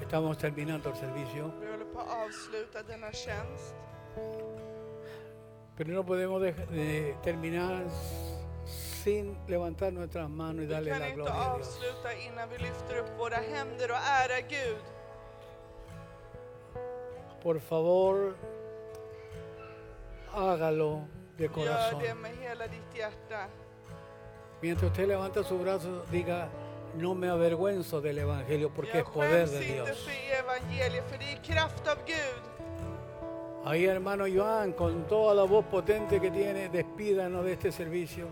Estamos terminando el servicio,
Vi håller på att avsluta denna tjänst.
pero no podemos dej- de terminar sin levantar nuestras manos y
Vi
darle
kan
la
inte
gloria a Dios.
avsluta innan vi lyfter upp våra händer och ärar Gud.
Por favor, hágalo de
Gör
corazón.
det med hela ditt hjärta.
Mientras usted levanta su brazo, diga, no me avergüenzo del Evangelio porque es
Jag
poder
skäms
de
inte
Dios.
för evangeliet, för det är kraft av Gud.
Ahí hermano Joan, con toda la voz potente que tiene, despídanos de este servicio.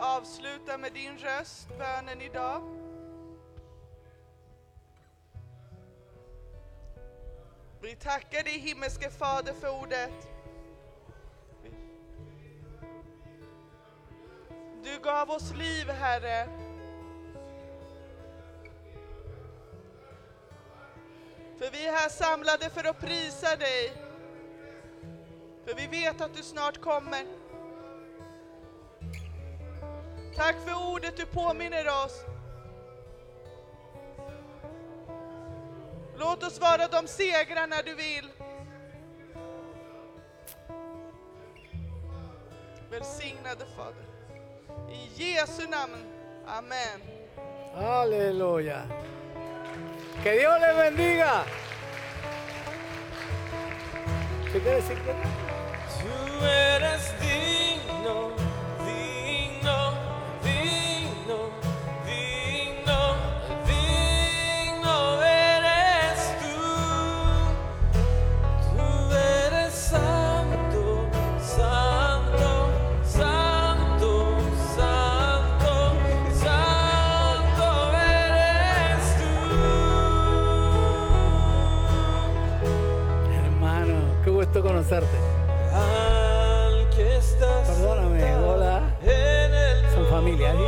Avsluta med din röst, bönen idag. Vi tackar dig himmelske Fader för ordet. Du gav oss liv, Herre. För vi är här samlade för att prisa dig. För vi vet att du snart kommer. Tack för ordet du påminner oss. Låt oss vara de segrarna du vill. Välsignade Fader. I Jesu namn. Amen.
Aleluya. Que Dios les bendiga. ¿Se quiere decir que-
Tú eres digno, digno, digno, digno, digno eres tú. Tú eres santo, santo, santo, santo, santo eres tú.
Hermano, qué gusto conocerte.
Al que estás
Perdóname, hola.
en el
Son familia, ¿eh? ¿sí?